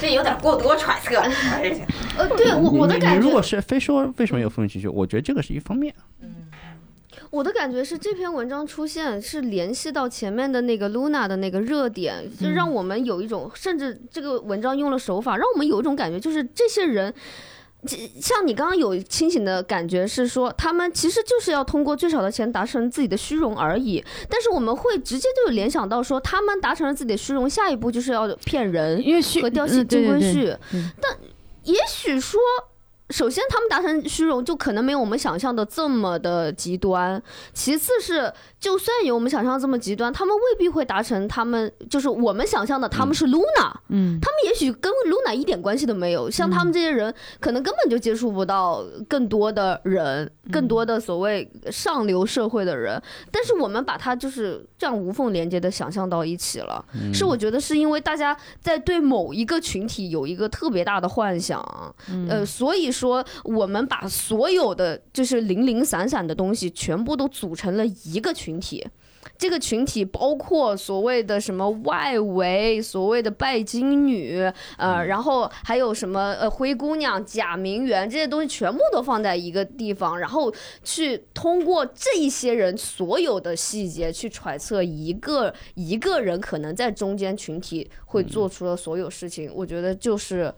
这有点过多揣测。
呃，对 我我的
你你
感
你如
觉
果是非说为什么有负面情绪，我觉得这个是一方面。
我的感觉是，这篇文章出现是联系到前面的那个 Luna 的那个热点，就让我们有一种，甚至这个文章用了手法，让我们有一种感觉，就是这些人。这像你刚刚有清醒的感觉是说，他们其实就是要通过最少的钱达成自己的虚荣而已。但是我们会直接就联想到说，他们达成了自己的虚荣，下一步就是要骗人
因为虚
和雕
嗯
戏
对
金
对
龟
对
婿。
嗯
但也许说，首先他们达成虚荣，就可能没有我们想象的这么的极端。其次是，就算有我们想象这么极端，他们未必会达成他们就是我们想象的他们是 Luna，、
嗯，
他们也许跟 Luna 一点关系都没有。像他们这些人，可能根本就接触不到更多的人，更
嗯
多的所谓上流社会的人。但是我们把它就是这样无缝连接的想象到一起了，
嗯
是我觉得是因为大家在对某一个群体有一个特别大的幻想，呃，所以说我们把所有的就是零零散散的东西全部都组成了一个群体。这个群体包括所谓的什么外围，所谓的拜金女，
嗯
呃，然后还有什么呃灰姑娘、假名媛这些东西，全部都放在一个地方，然后去通过这一些人所有的细节去揣测一个一个人可能在中间群体会做出的所有事情，我觉得就是。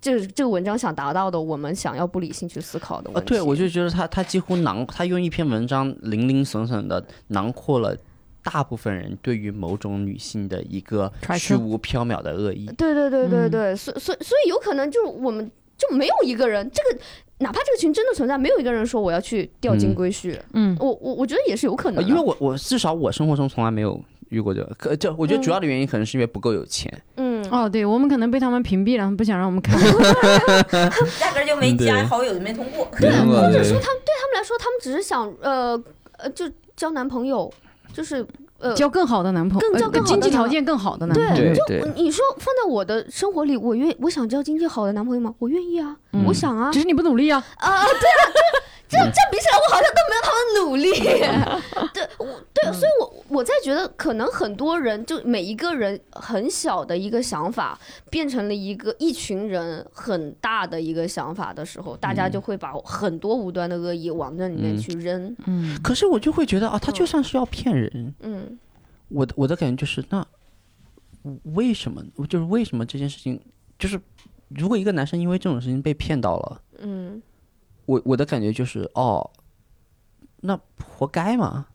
这这个文章想达到的，我们想要不理性去思考的
啊，
问题。
对，我就觉得他他几乎囊，他用一篇文章零零散散的囊括了大部分人对于某种女性的一个
揣
虚
测
无缥缈的恶意。
对对对对
嗯
对，所所所以有可能就是我们就没有一个人，这个哪怕这个群真的存在，没有一个人说我要去钓金
嗯
龟婿，
嗯
我我啊我觉得也是有可能
呃
的，
因为我我至少我生活中从来没有遇过这个，可就我觉得主要的原因可能是因为不够有钱。
嗯
哦，对，我们可能被他们屏蔽了，他们不想让我们看。
压根儿就没
嗯对
加好友，就没通过。
对
明白
就
他们对他们来啊说，他们只是想呃呃就交男朋友，就是呃
交更好的男朋友，
更交
呃
更好的
经济
男
条
朋友
件更好的男朋
嗯对
友。
对
就
对
你说放在我的生活里，我愿我想交经济好的男朋友吗？我愿意啊，
嗯
我想啊
只是你不努力啊，
啊、对啊，这这比起来，我好像都没有他们努 力。对，我对，所以我我在觉得，可能很多人就每一个人很小的一个想法，变成了一个一群人很大的一个想法的时候，大家就会把很多无端的恶意往那里面去扔。
嗯，
可是我就会觉得啊，他就算是要骗人，
嗯
我的我的感觉就是，那为什么就是为什么这件事情，就是如果一个男生因为这种事情被骗到了，
嗯
我我的感觉就是，哦，那活该嘛。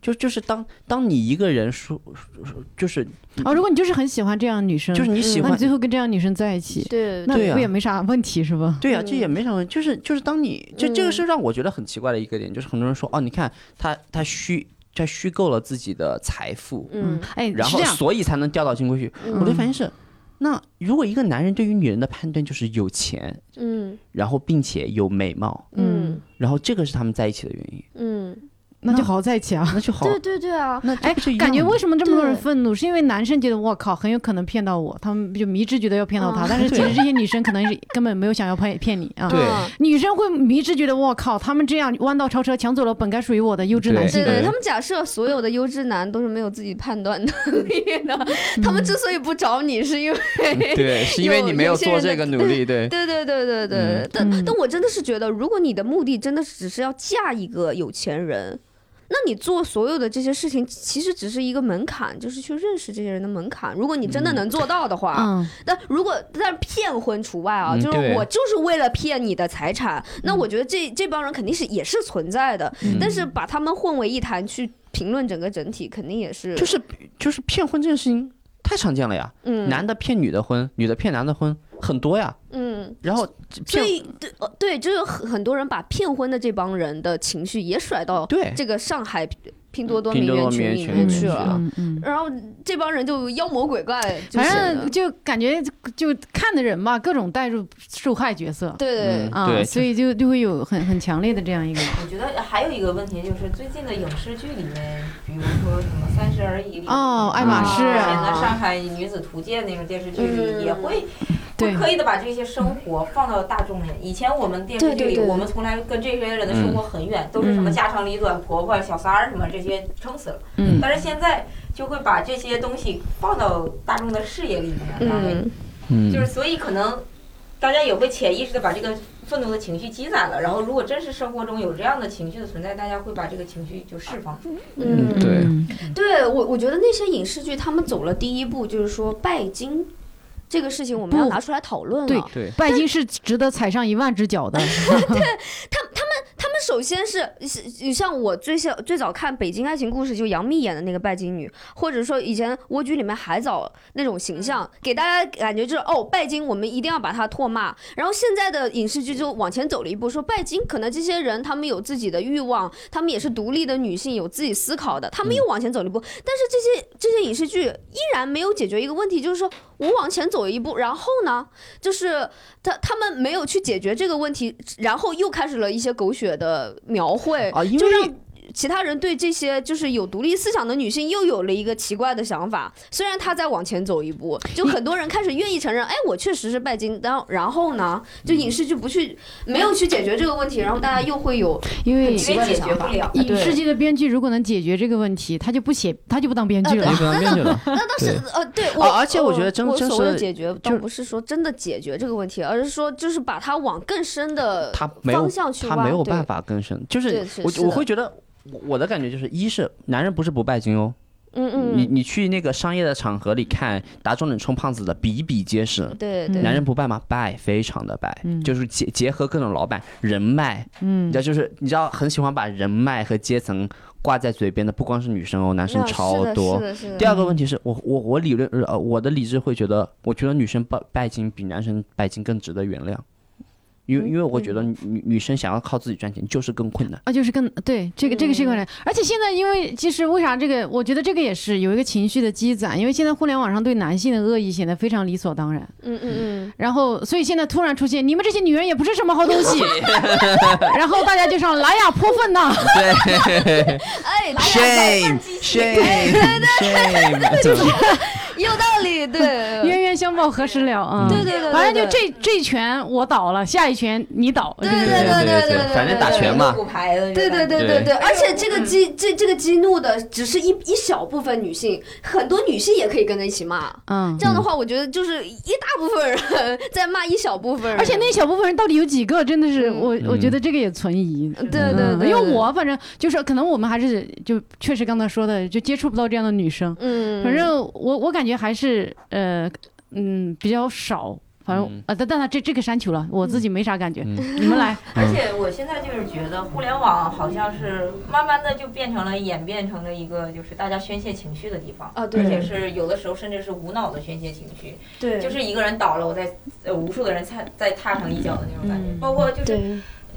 就就是当当你一个人说，说就是
哦，如果你就是很喜欢这样的女生，
嗯就是你喜
那
欢
你最后跟这样的女生在一起，
对
那
对啊
不也没啥问题是吧？
对呀、啊
嗯
这也没啥问题。就是就是，当你这这个是让我觉得很奇怪的一个点，就是很多人说哦，你看他他虚他虚构了自己的财富，
嗯
哎，
啊 然
是
后
这样，嗯
所以才能钓到金龟婿。我的反应是，那如果一个男人对于女人的判断就是有钱，
嗯
然后并且有美貌，
嗯
然后这个是他们在一起的原因，
嗯，
那就好好在一起啊。
那就好。
对对对啊，
那
哎
这不就一，样
感觉
吗
为什么这么多人
对
愤怒？是因为男生觉得我靠很有可能骗到我，他们就迷之觉得要骗到他，
啊
但是其
对
实这些女生可能是根本没有想要骗骗你啊。
对
嗯
女生会迷之觉得我靠，他们这样弯道超车，抢走了本该属于我的优质男性。
对
对
对，他们假设所有的优质男都是没有自己判断能力的，他们之所以不找你，是因为
对，是因为
有
你没
有些
做
人
这
的
个努力，对。
对对对对对。
嗯
但但我真的是觉得，如果你的目的真的是只是要嫁一个有钱人，那你做所有的这些事情，其实只是一个门槛，就是去认识这些人的门槛。如果你真的能做到的话，
嗯，
但如果但是骗婚除外啊，
嗯
就是
对嗯
我就是为了骗你的财产，那我觉得这这帮人肯定是也是存在的，但是把他们混为一谈去评论整个整体，肯定也是
就是就是骗婚这件事情太常见了呀，
嗯
男的骗女的婚，女的骗男的婚很多呀。
嗯，
然后
所
骗
以对呃对，就有很很多人把骗婚的这帮人的情绪也甩到
对
这个上海拼多多
哎嗯拼
名
多
媛
多
群
名媛
里
群
面
里
去
面
了，啊
嗯嗯。
然后这帮人就妖魔鬼怪就
反
显得，
正就感觉就看的人吧，各种带入受害角色
对对对
嗯
啊，
对
所以就就会有很很强烈的这样一个
我觉得呃还有一个问题就是最近的影视剧里面，比如说什么《三十而已》里
哦爱马仕
之
啊
前的《上海女子图鉴》那种电视剧
嗯
里也会。会
对
刻意的把这些生活放到大众面。以前我们电视剧里，
对对对
我们从来跟这些人的生活很
嗯
远，都是什么家长里短、婆婆、小三儿什么这些撑死了。
嗯
但是现在就会把这些东西放到大众的视野里面，然后
嗯
嗯
就是所以可能大家也会潜意识的把这个愤怒的情绪积攒了，然后如果真实生活中有这样的情绪的存在，大家会把这个情绪就释放。
嗯
对
嗯
对我，我觉得那些影视剧他们走了第一步，就是说拜金这个事情，我们要
不
拿出来讨论了。
对
对
拜金是值得踩上一万只 脚的，
他们首先是是像我最小最早看《北京爱情故事》，就杨幂演的那个拜金女，或者说以前《蜗居》里面海藻那种形象，给大家感觉就是哦，拜金我们一定要把她唾骂。然后现在的影视剧就往前走了一步，说拜金可能这些人他们有自己的欲望，他们也是独立的女性，有自己思考的，他们又往前走了一步。但是这些这些影视剧依然没有解决一个问题，就是说我往前走一步，然后呢，就是他他们没有去解决这个问题，然后又开始了一些狗血的描绘，
啊，因
就
为
让其他人对这些就是有独立思想的女性又有了一个奇怪的想法。虽然她在往前走一步，就很多人开始愿意承认，哎，我确实是拜金。然后然后呢，就影视剧不去没有去解决这个问题，然后大家又 会有
因为
很奇
因
怪
为
的
解
想
决
法
不了。
影视
对
剧的编剧如果能解决这个问题，他就不写，他就不当编剧了
啊。
不能变就了。
那倒是
对哦
呃，对我，呃
而且我觉得真
我
真
所谓的
是
解决，倒
就是
不是说真的解决这个问题，而是说就是把它往更深的
他没有
方向 去挖。
他没有
对
办，法更生，就
对
是
是是
我我
的
会觉得。我我的感觉就是，一是男人不是不拜金哦，
嗯
你
嗯，
你去那个商业的场合里看打肿脸充胖子的比比皆是，
对对，
男人不败吗？败，非常的败，就是结结合各种老板人脉，嗯，你知道就是你知道很喜欢把人脉和阶层挂在嘴边的，不光是女生哦，男生
那
超
是
多。
的，是的，是
第
的，
二个问题是我我我理论呃我的理智会觉得，我觉得女生拜拜金比男生拜金更值得原谅，因为因为我觉得女女女生想要靠自己赚钱就是更困难。
啊，就是更对这个这个是一个人，而且现在因为其实为啥这个，我觉得这个也是有一个情绪的积攒，因为现在互联网上对男性的恶意显得非常理所当然，
嗯嗯
然后所以现在突然出现你们这些女人也不是什么好东西， 然后大家就上来呀泼粪 呐，
嗯，哎，
shame shame shame，
有道理，对，
冤冤冤相报何时了啊？
对
对对，
反正就这这一拳我倒了，下一拳你倒了，
对
就
对
是
对对对对，
反正打拳嘛
骨牌的，
对对对对对，而
哎
且这个激这这个激怒的只是一一小部分女性，很多女性也可以跟着一起骂。
嗯
这。样的话，我觉得就是一大部分人 在骂一小部分人，
而且那小部分人到底有几个，真的是
嗯
我，我
嗯
觉得这个也存疑。
对对对
嗯
对，
因为我反正就是可能我们还是就确实刚才说的，就接触不到这样的女生。
嗯，
反正我我感觉还是呃嗯比较少，反正
嗯
啊但但他这这个删除了，我自己没啥感觉。
嗯
你们来，
而且我现在就是觉得互联网好像是慢慢的就变成了演变成了一个就是大家宣泄情绪的地方，
啊，
而且
对
是有的时候甚至是无脑的宣泄情绪，
对，
就是一个人倒了，我再呃无数的人踩再踏上一脚的那种感觉
嗯，
包括就是
对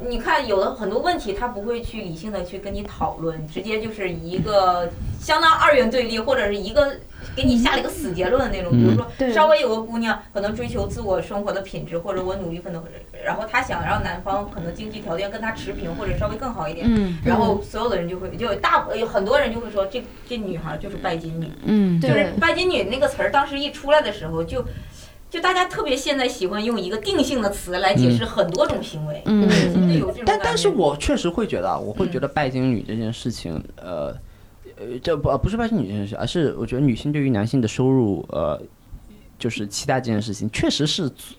你看，有的很多问题他不会去理性的去跟你讨论，直接就是一个相当二元对立，或者是一个给你下了一个死结论的那种。比如说，
对
稍微有个姑娘可能追求自我生活的品质，或者我努力奋斗，然后她想让男方可能经济条件跟她持平，或者稍微更好一点。
嗯
然后所有的人就会，就有大有很多人就会说，这这女孩就是拜金女，
嗯
就
对
是拜金女那个词儿，当时一出来的时候就，就大家特别现在喜欢用一个定性的词来解释很多种行为。
嗯
真的
嗯
有这种
嗯但
感
但
觉
是我确实会觉得啊，我会觉得拜金女这件事情，呃，呃，这不不是拜金女这件事，而是我觉得女性对于男性的收入，呃，就是期待这件事情，确实是阻，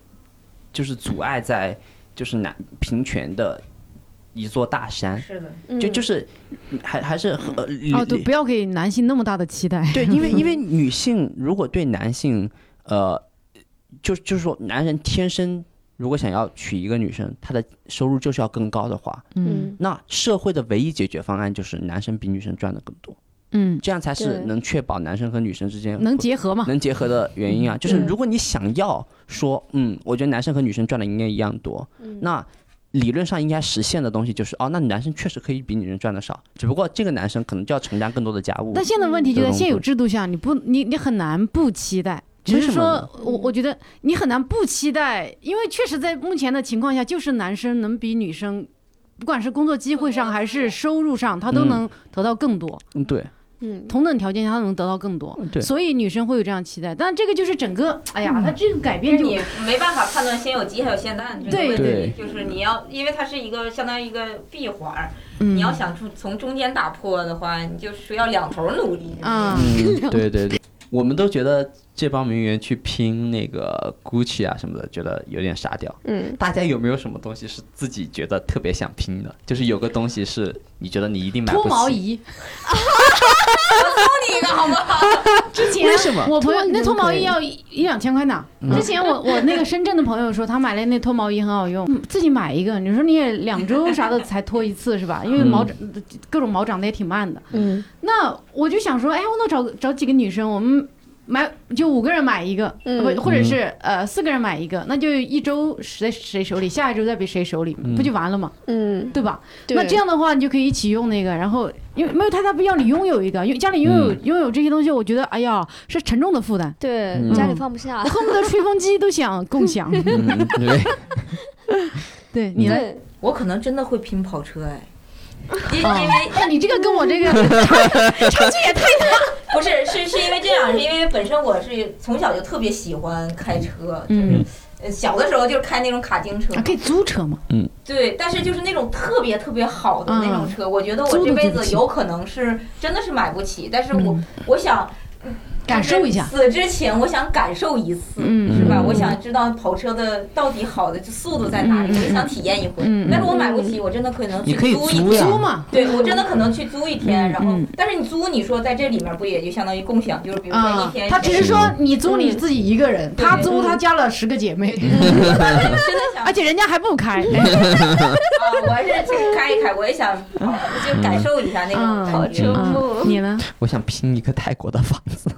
就是阻碍在就是男平权的一座大山，
是的，
就就是还还是很呃
哦对，
理
不要给男性那么大的期待。
对，因为因为女性如果对男性，呃，就就是说，男人天生如果想要娶一个女生，他的收入就是要更高的话，
嗯
嗯
那社会的唯一解决方案就是男生比女生赚的更多，
嗯，
这样才是
对
能确保男生和女生之间
能
会
结嗯合嘛？
能结合的原因啊。就是
对
如果你想要说，嗯，我觉得男生和女生赚的应该一样多，
嗯
那。理论上应该实现的东西就是哦，那男生确实可以比女人赚的少，只不过这个男生可能就要承担更多的家务。
但现在问题就在
嗯
现有制度下，你不你你很难不期待。只
为
是
什么
说
呢，
我我觉得你很难不期待，因为确实在目前的情况下，就是男生能比女生，不管是工作机会
嗯
上还是收入上，他都
嗯
能得到更多。
嗯， 对，
嗯
同等条件下，他能得到更多，
嗯对
所以女生会有这样期待。但这个就是整个，哎呀，他这个改
嗯就是
变就
你没办法判断先有鸡还有先蛋这个
对
问题，就是你要，因为它是一个相当于一个闭环儿，
嗯
你要想出从中间打破的话，你就是要两头努力。
啊，
嗯，对对对，我们都觉得这帮名媛去拼那个 GUCCI 啊什么的，觉得有点傻屌。
嗯
大家有没有什么东西是自己觉得特别想拼的？就是有个东西是你觉得你一定买不
脱
起。
毛仪。
你一个好不好？
之前
为什么
啊
嗯
我朋友
脱毛仪
那脱毛
可
仪
以
要一一两千块呢？之前我我那个深圳的朋友说，他买了那脱毛仪很好用，嗯自己买一个，你说你也两周啥的才脱一次是吧？因为毛
嗯
长各种毛长得也挺慢的。
嗯
那我就想说，哎，我那找找几个女生，我们买就五个人买一个，
嗯
不、或者是呃四个人买一个，那就一周谁谁手里，下一周再给谁手里，不就完了吗？
嗯，
对吧？
对
那这样的话，你就可以一起用那个，然后因为没有太大必要，你拥有一个，因为家里拥有、
嗯
拥有这些东西，我觉得哎呀是沉重的 负担，
对
嗯
家里放不下
我，恨不得吹风机都想 共享。
嗯，对，
对
嗯
你来，
对
我可能真的会拼跑车哎， 因因
哦
啊
为
那你这个跟我这个差差距也太
不是是是因为这样，是因为本身我是从小就特别喜欢开车，就是
嗯
呃小的时候就是开那种卡丁车
啊，可以租车嘛？
对，但是就是那种特别特别好的那种车，我觉得我
嗯租
这
都
辈
租不
子
起嗯
有可能是真的是买不起，但是我、我想
感受一下，
死之前我想感受一次，
嗯
是吧？
嗯
我想知道跑车的到底好的速度在哪里，
嗯
我想体验一回。
嗯嗯
但是我买不起，我真的可能去
你可以
租一
租呀
租嘛，
对，我真的可能去租一天，
嗯
然后
嗯，
但是你租，你说在这里面不也就相当于共享，就是比如说一
啊
天，，嗯
他只是说你租你自己一个人，他
对
租他加了十个姐妹，
真的想
而且人家还不开，
嗯
哎
啊，我还是去开一开，我也想跑就感受一下那种
嗯
感觉。
嗯你呢？
我想拼一个泰国的房子，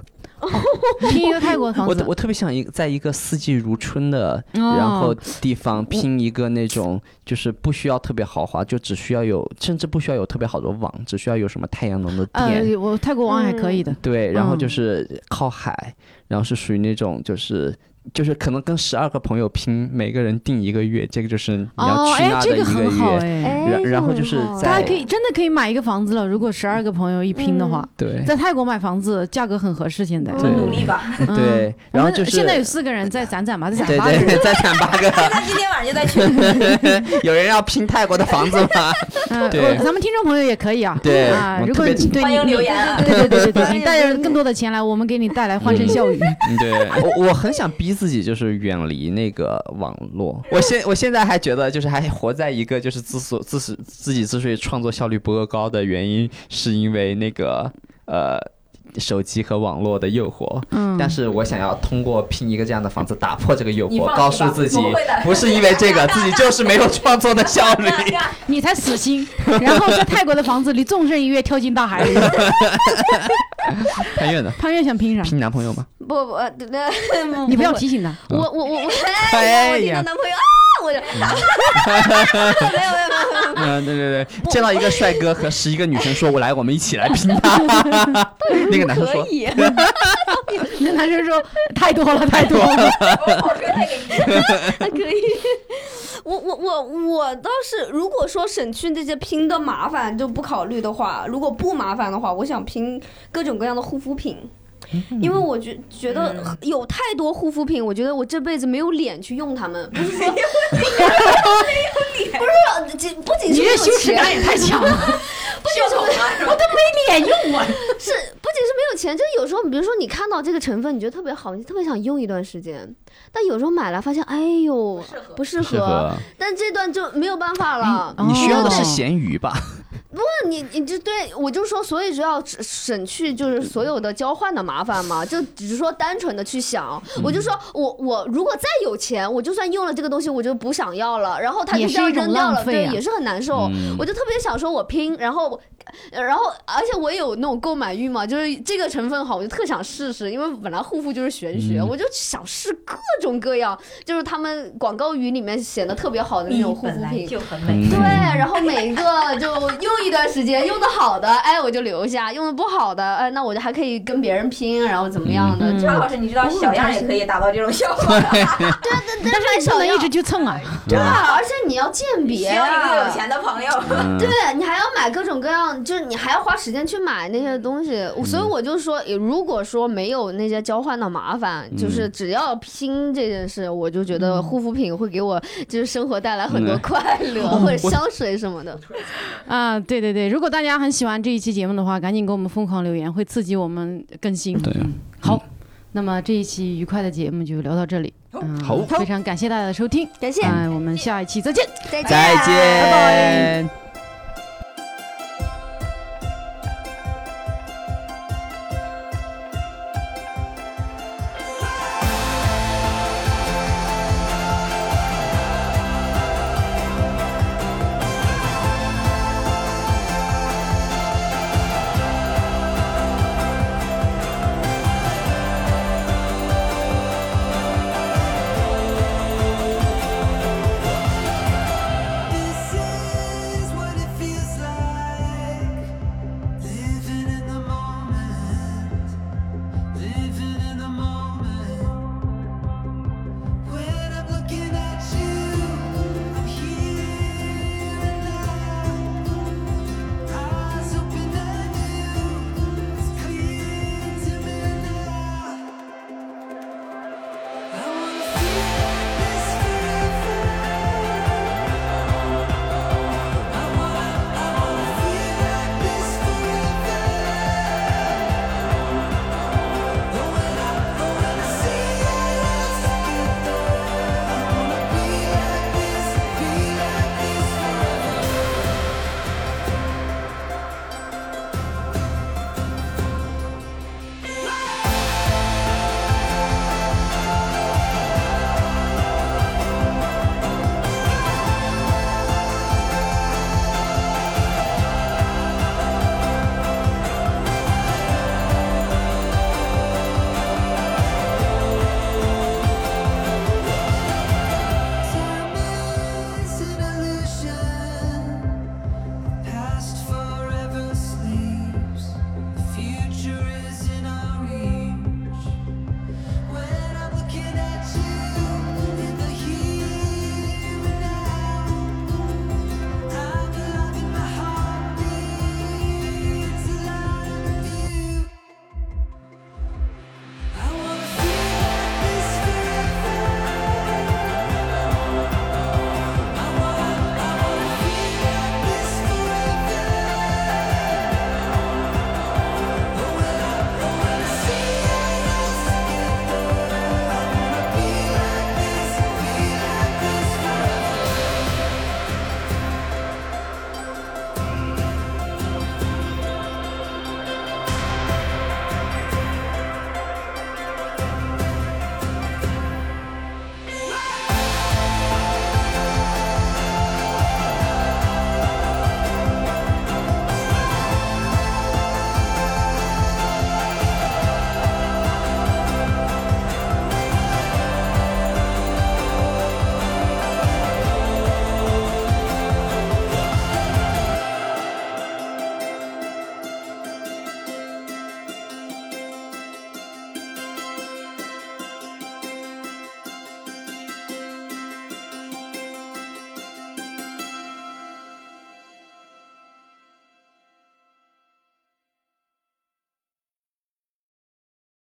拼一个泰国房
我
子，
我特别想一个在一个四季如春的，
哦
然后地方拼一个那种，就是不需要特别豪华，就只需要有，甚至不需要有特别好的网，只需要有什么太阳能的电，
呃，我泰国王还可以的，
对，然后
嗯
就是靠海，然后是属于那种就是就是可能跟十二个朋友拼，每个人定一个月，这个就是你要
哦，
去
哎
那，
这
的一
个
个
很好
月。
哎，
然然后就是
大
在
家可以真的可以买一个房子了。如果十二个朋友一拼的话，
嗯对
在泰国买房子价格很合适，现在。
对
努力 吧。
嗯
对，然后就是
现在有四个人在攒攒吧，在攒
对
八个 人。
对，再砍八个，
那今天晚上就在群
有人要拼泰国的房子 吗？
嗯，
对
我咱们听众朋友也可以啊。
对
啊，
我
如果
特别
你对
欢迎
你
留言啊
对对对对对，你
迎
带着更多的钱来，我们给你带来欢声笑语。
嗯对我我很想逼自己，就是远离那个网络。我现我现在还觉得，就是还活在一个就是自所自是自己之所以创作效率不够高的原因，是因为那个呃手机和网络的诱惑。
嗯，
但是我想要通过拼一个这样的房子打破这个诱
你
惑，
放
告
弃吧
诉自己
不会的
不是因为这个，自己就是没有创作的效 率。
你才死心，然后在泰国的房子里纵身一跃跳进 大海里。
潘越呢？
潘越想拼啥？
拼男朋友吗？
不不，呃那
嗯
你不要提醒他。
我我我我，
哎
哎我听
呀
到男朋友啊，我就没有没有没有没有。
嗯，对对对，见到一个帅哥和十一个女生说：“我来，我们一起来拼 他。”那个男生说：“
以，
那男生说太多了，太多了。
可以。我我我我倒是，如果说省去那些拼的麻烦就不考虑的话，如果不麻烦的话，我想拼各种各样的护肤品。因为我觉觉得有太多护肤品，我觉得我这辈子没有脸去用它们。不是说没有脸， 不是仅不仅
你
是没
这
有
羞耻啊
钱
感也太 强了，
秀口吗？
我都没脸用我。
是，不仅是没有钱，就是有时候，比如说你看到这个成分，你觉得特别好，你特别想用一段时间，但有时候买来发现，哎呦，
适合
不适
适合。”嗯
但这段就没有办法了。
哦
你需要的是咸鱼吧？
那你你就对我就说，所以就要省去就是所有的交换的麻烦嘛，就只是说单纯的去想。
嗯
我就说我我如果再有钱，我就算用了这个东西，我就不想要了，然后它就
也
这
是
样
一种
扔掉
浪
了，
费
对，
啊
也是很难受。哦
嗯
我就特别想说，我拼，然后我。呃然后，而且我有那种购买欲嘛，就是这个成分好，我就特想试试，因为本来护肤就是玄
嗯
学，我就想试各种各样，就是他们广告语里面显得特别好的那
你
种护
本
肤
来
品。
就很
嗯
美，
对，然后每一个就用一段时间，用的好的， 哎，我就留下；用的不好的，哎，那我就还可以跟别人拼，然后怎么样的？
嗯
就
张老师，你知道小样也可以达到这种效果，
但
但是
是
你不能一直
对
去蹭啊。
啊，而且你要鉴
需
别
要一个有
啊。
钱的朋友。
嗯
对你还要买各种各样，就是你还要花时间去买那些东西，
嗯
所以我就说，如果说没有那些交换的麻烦，就是
嗯
只要拼这件事，我就觉得护肤品会给我就是生活带来很多
嗯
快 乐，或者香水什么的。
啊，对对对，如果大家很喜欢这一期节目的话，赶紧给我们疯狂留言，会刺激我们更新。
对
嗯好，那么这一期愉快的节目就聊到这里。嗯，
好
非常感谢大家的收听，
感谢，
哎，我们下一期再见。
再见，
再见。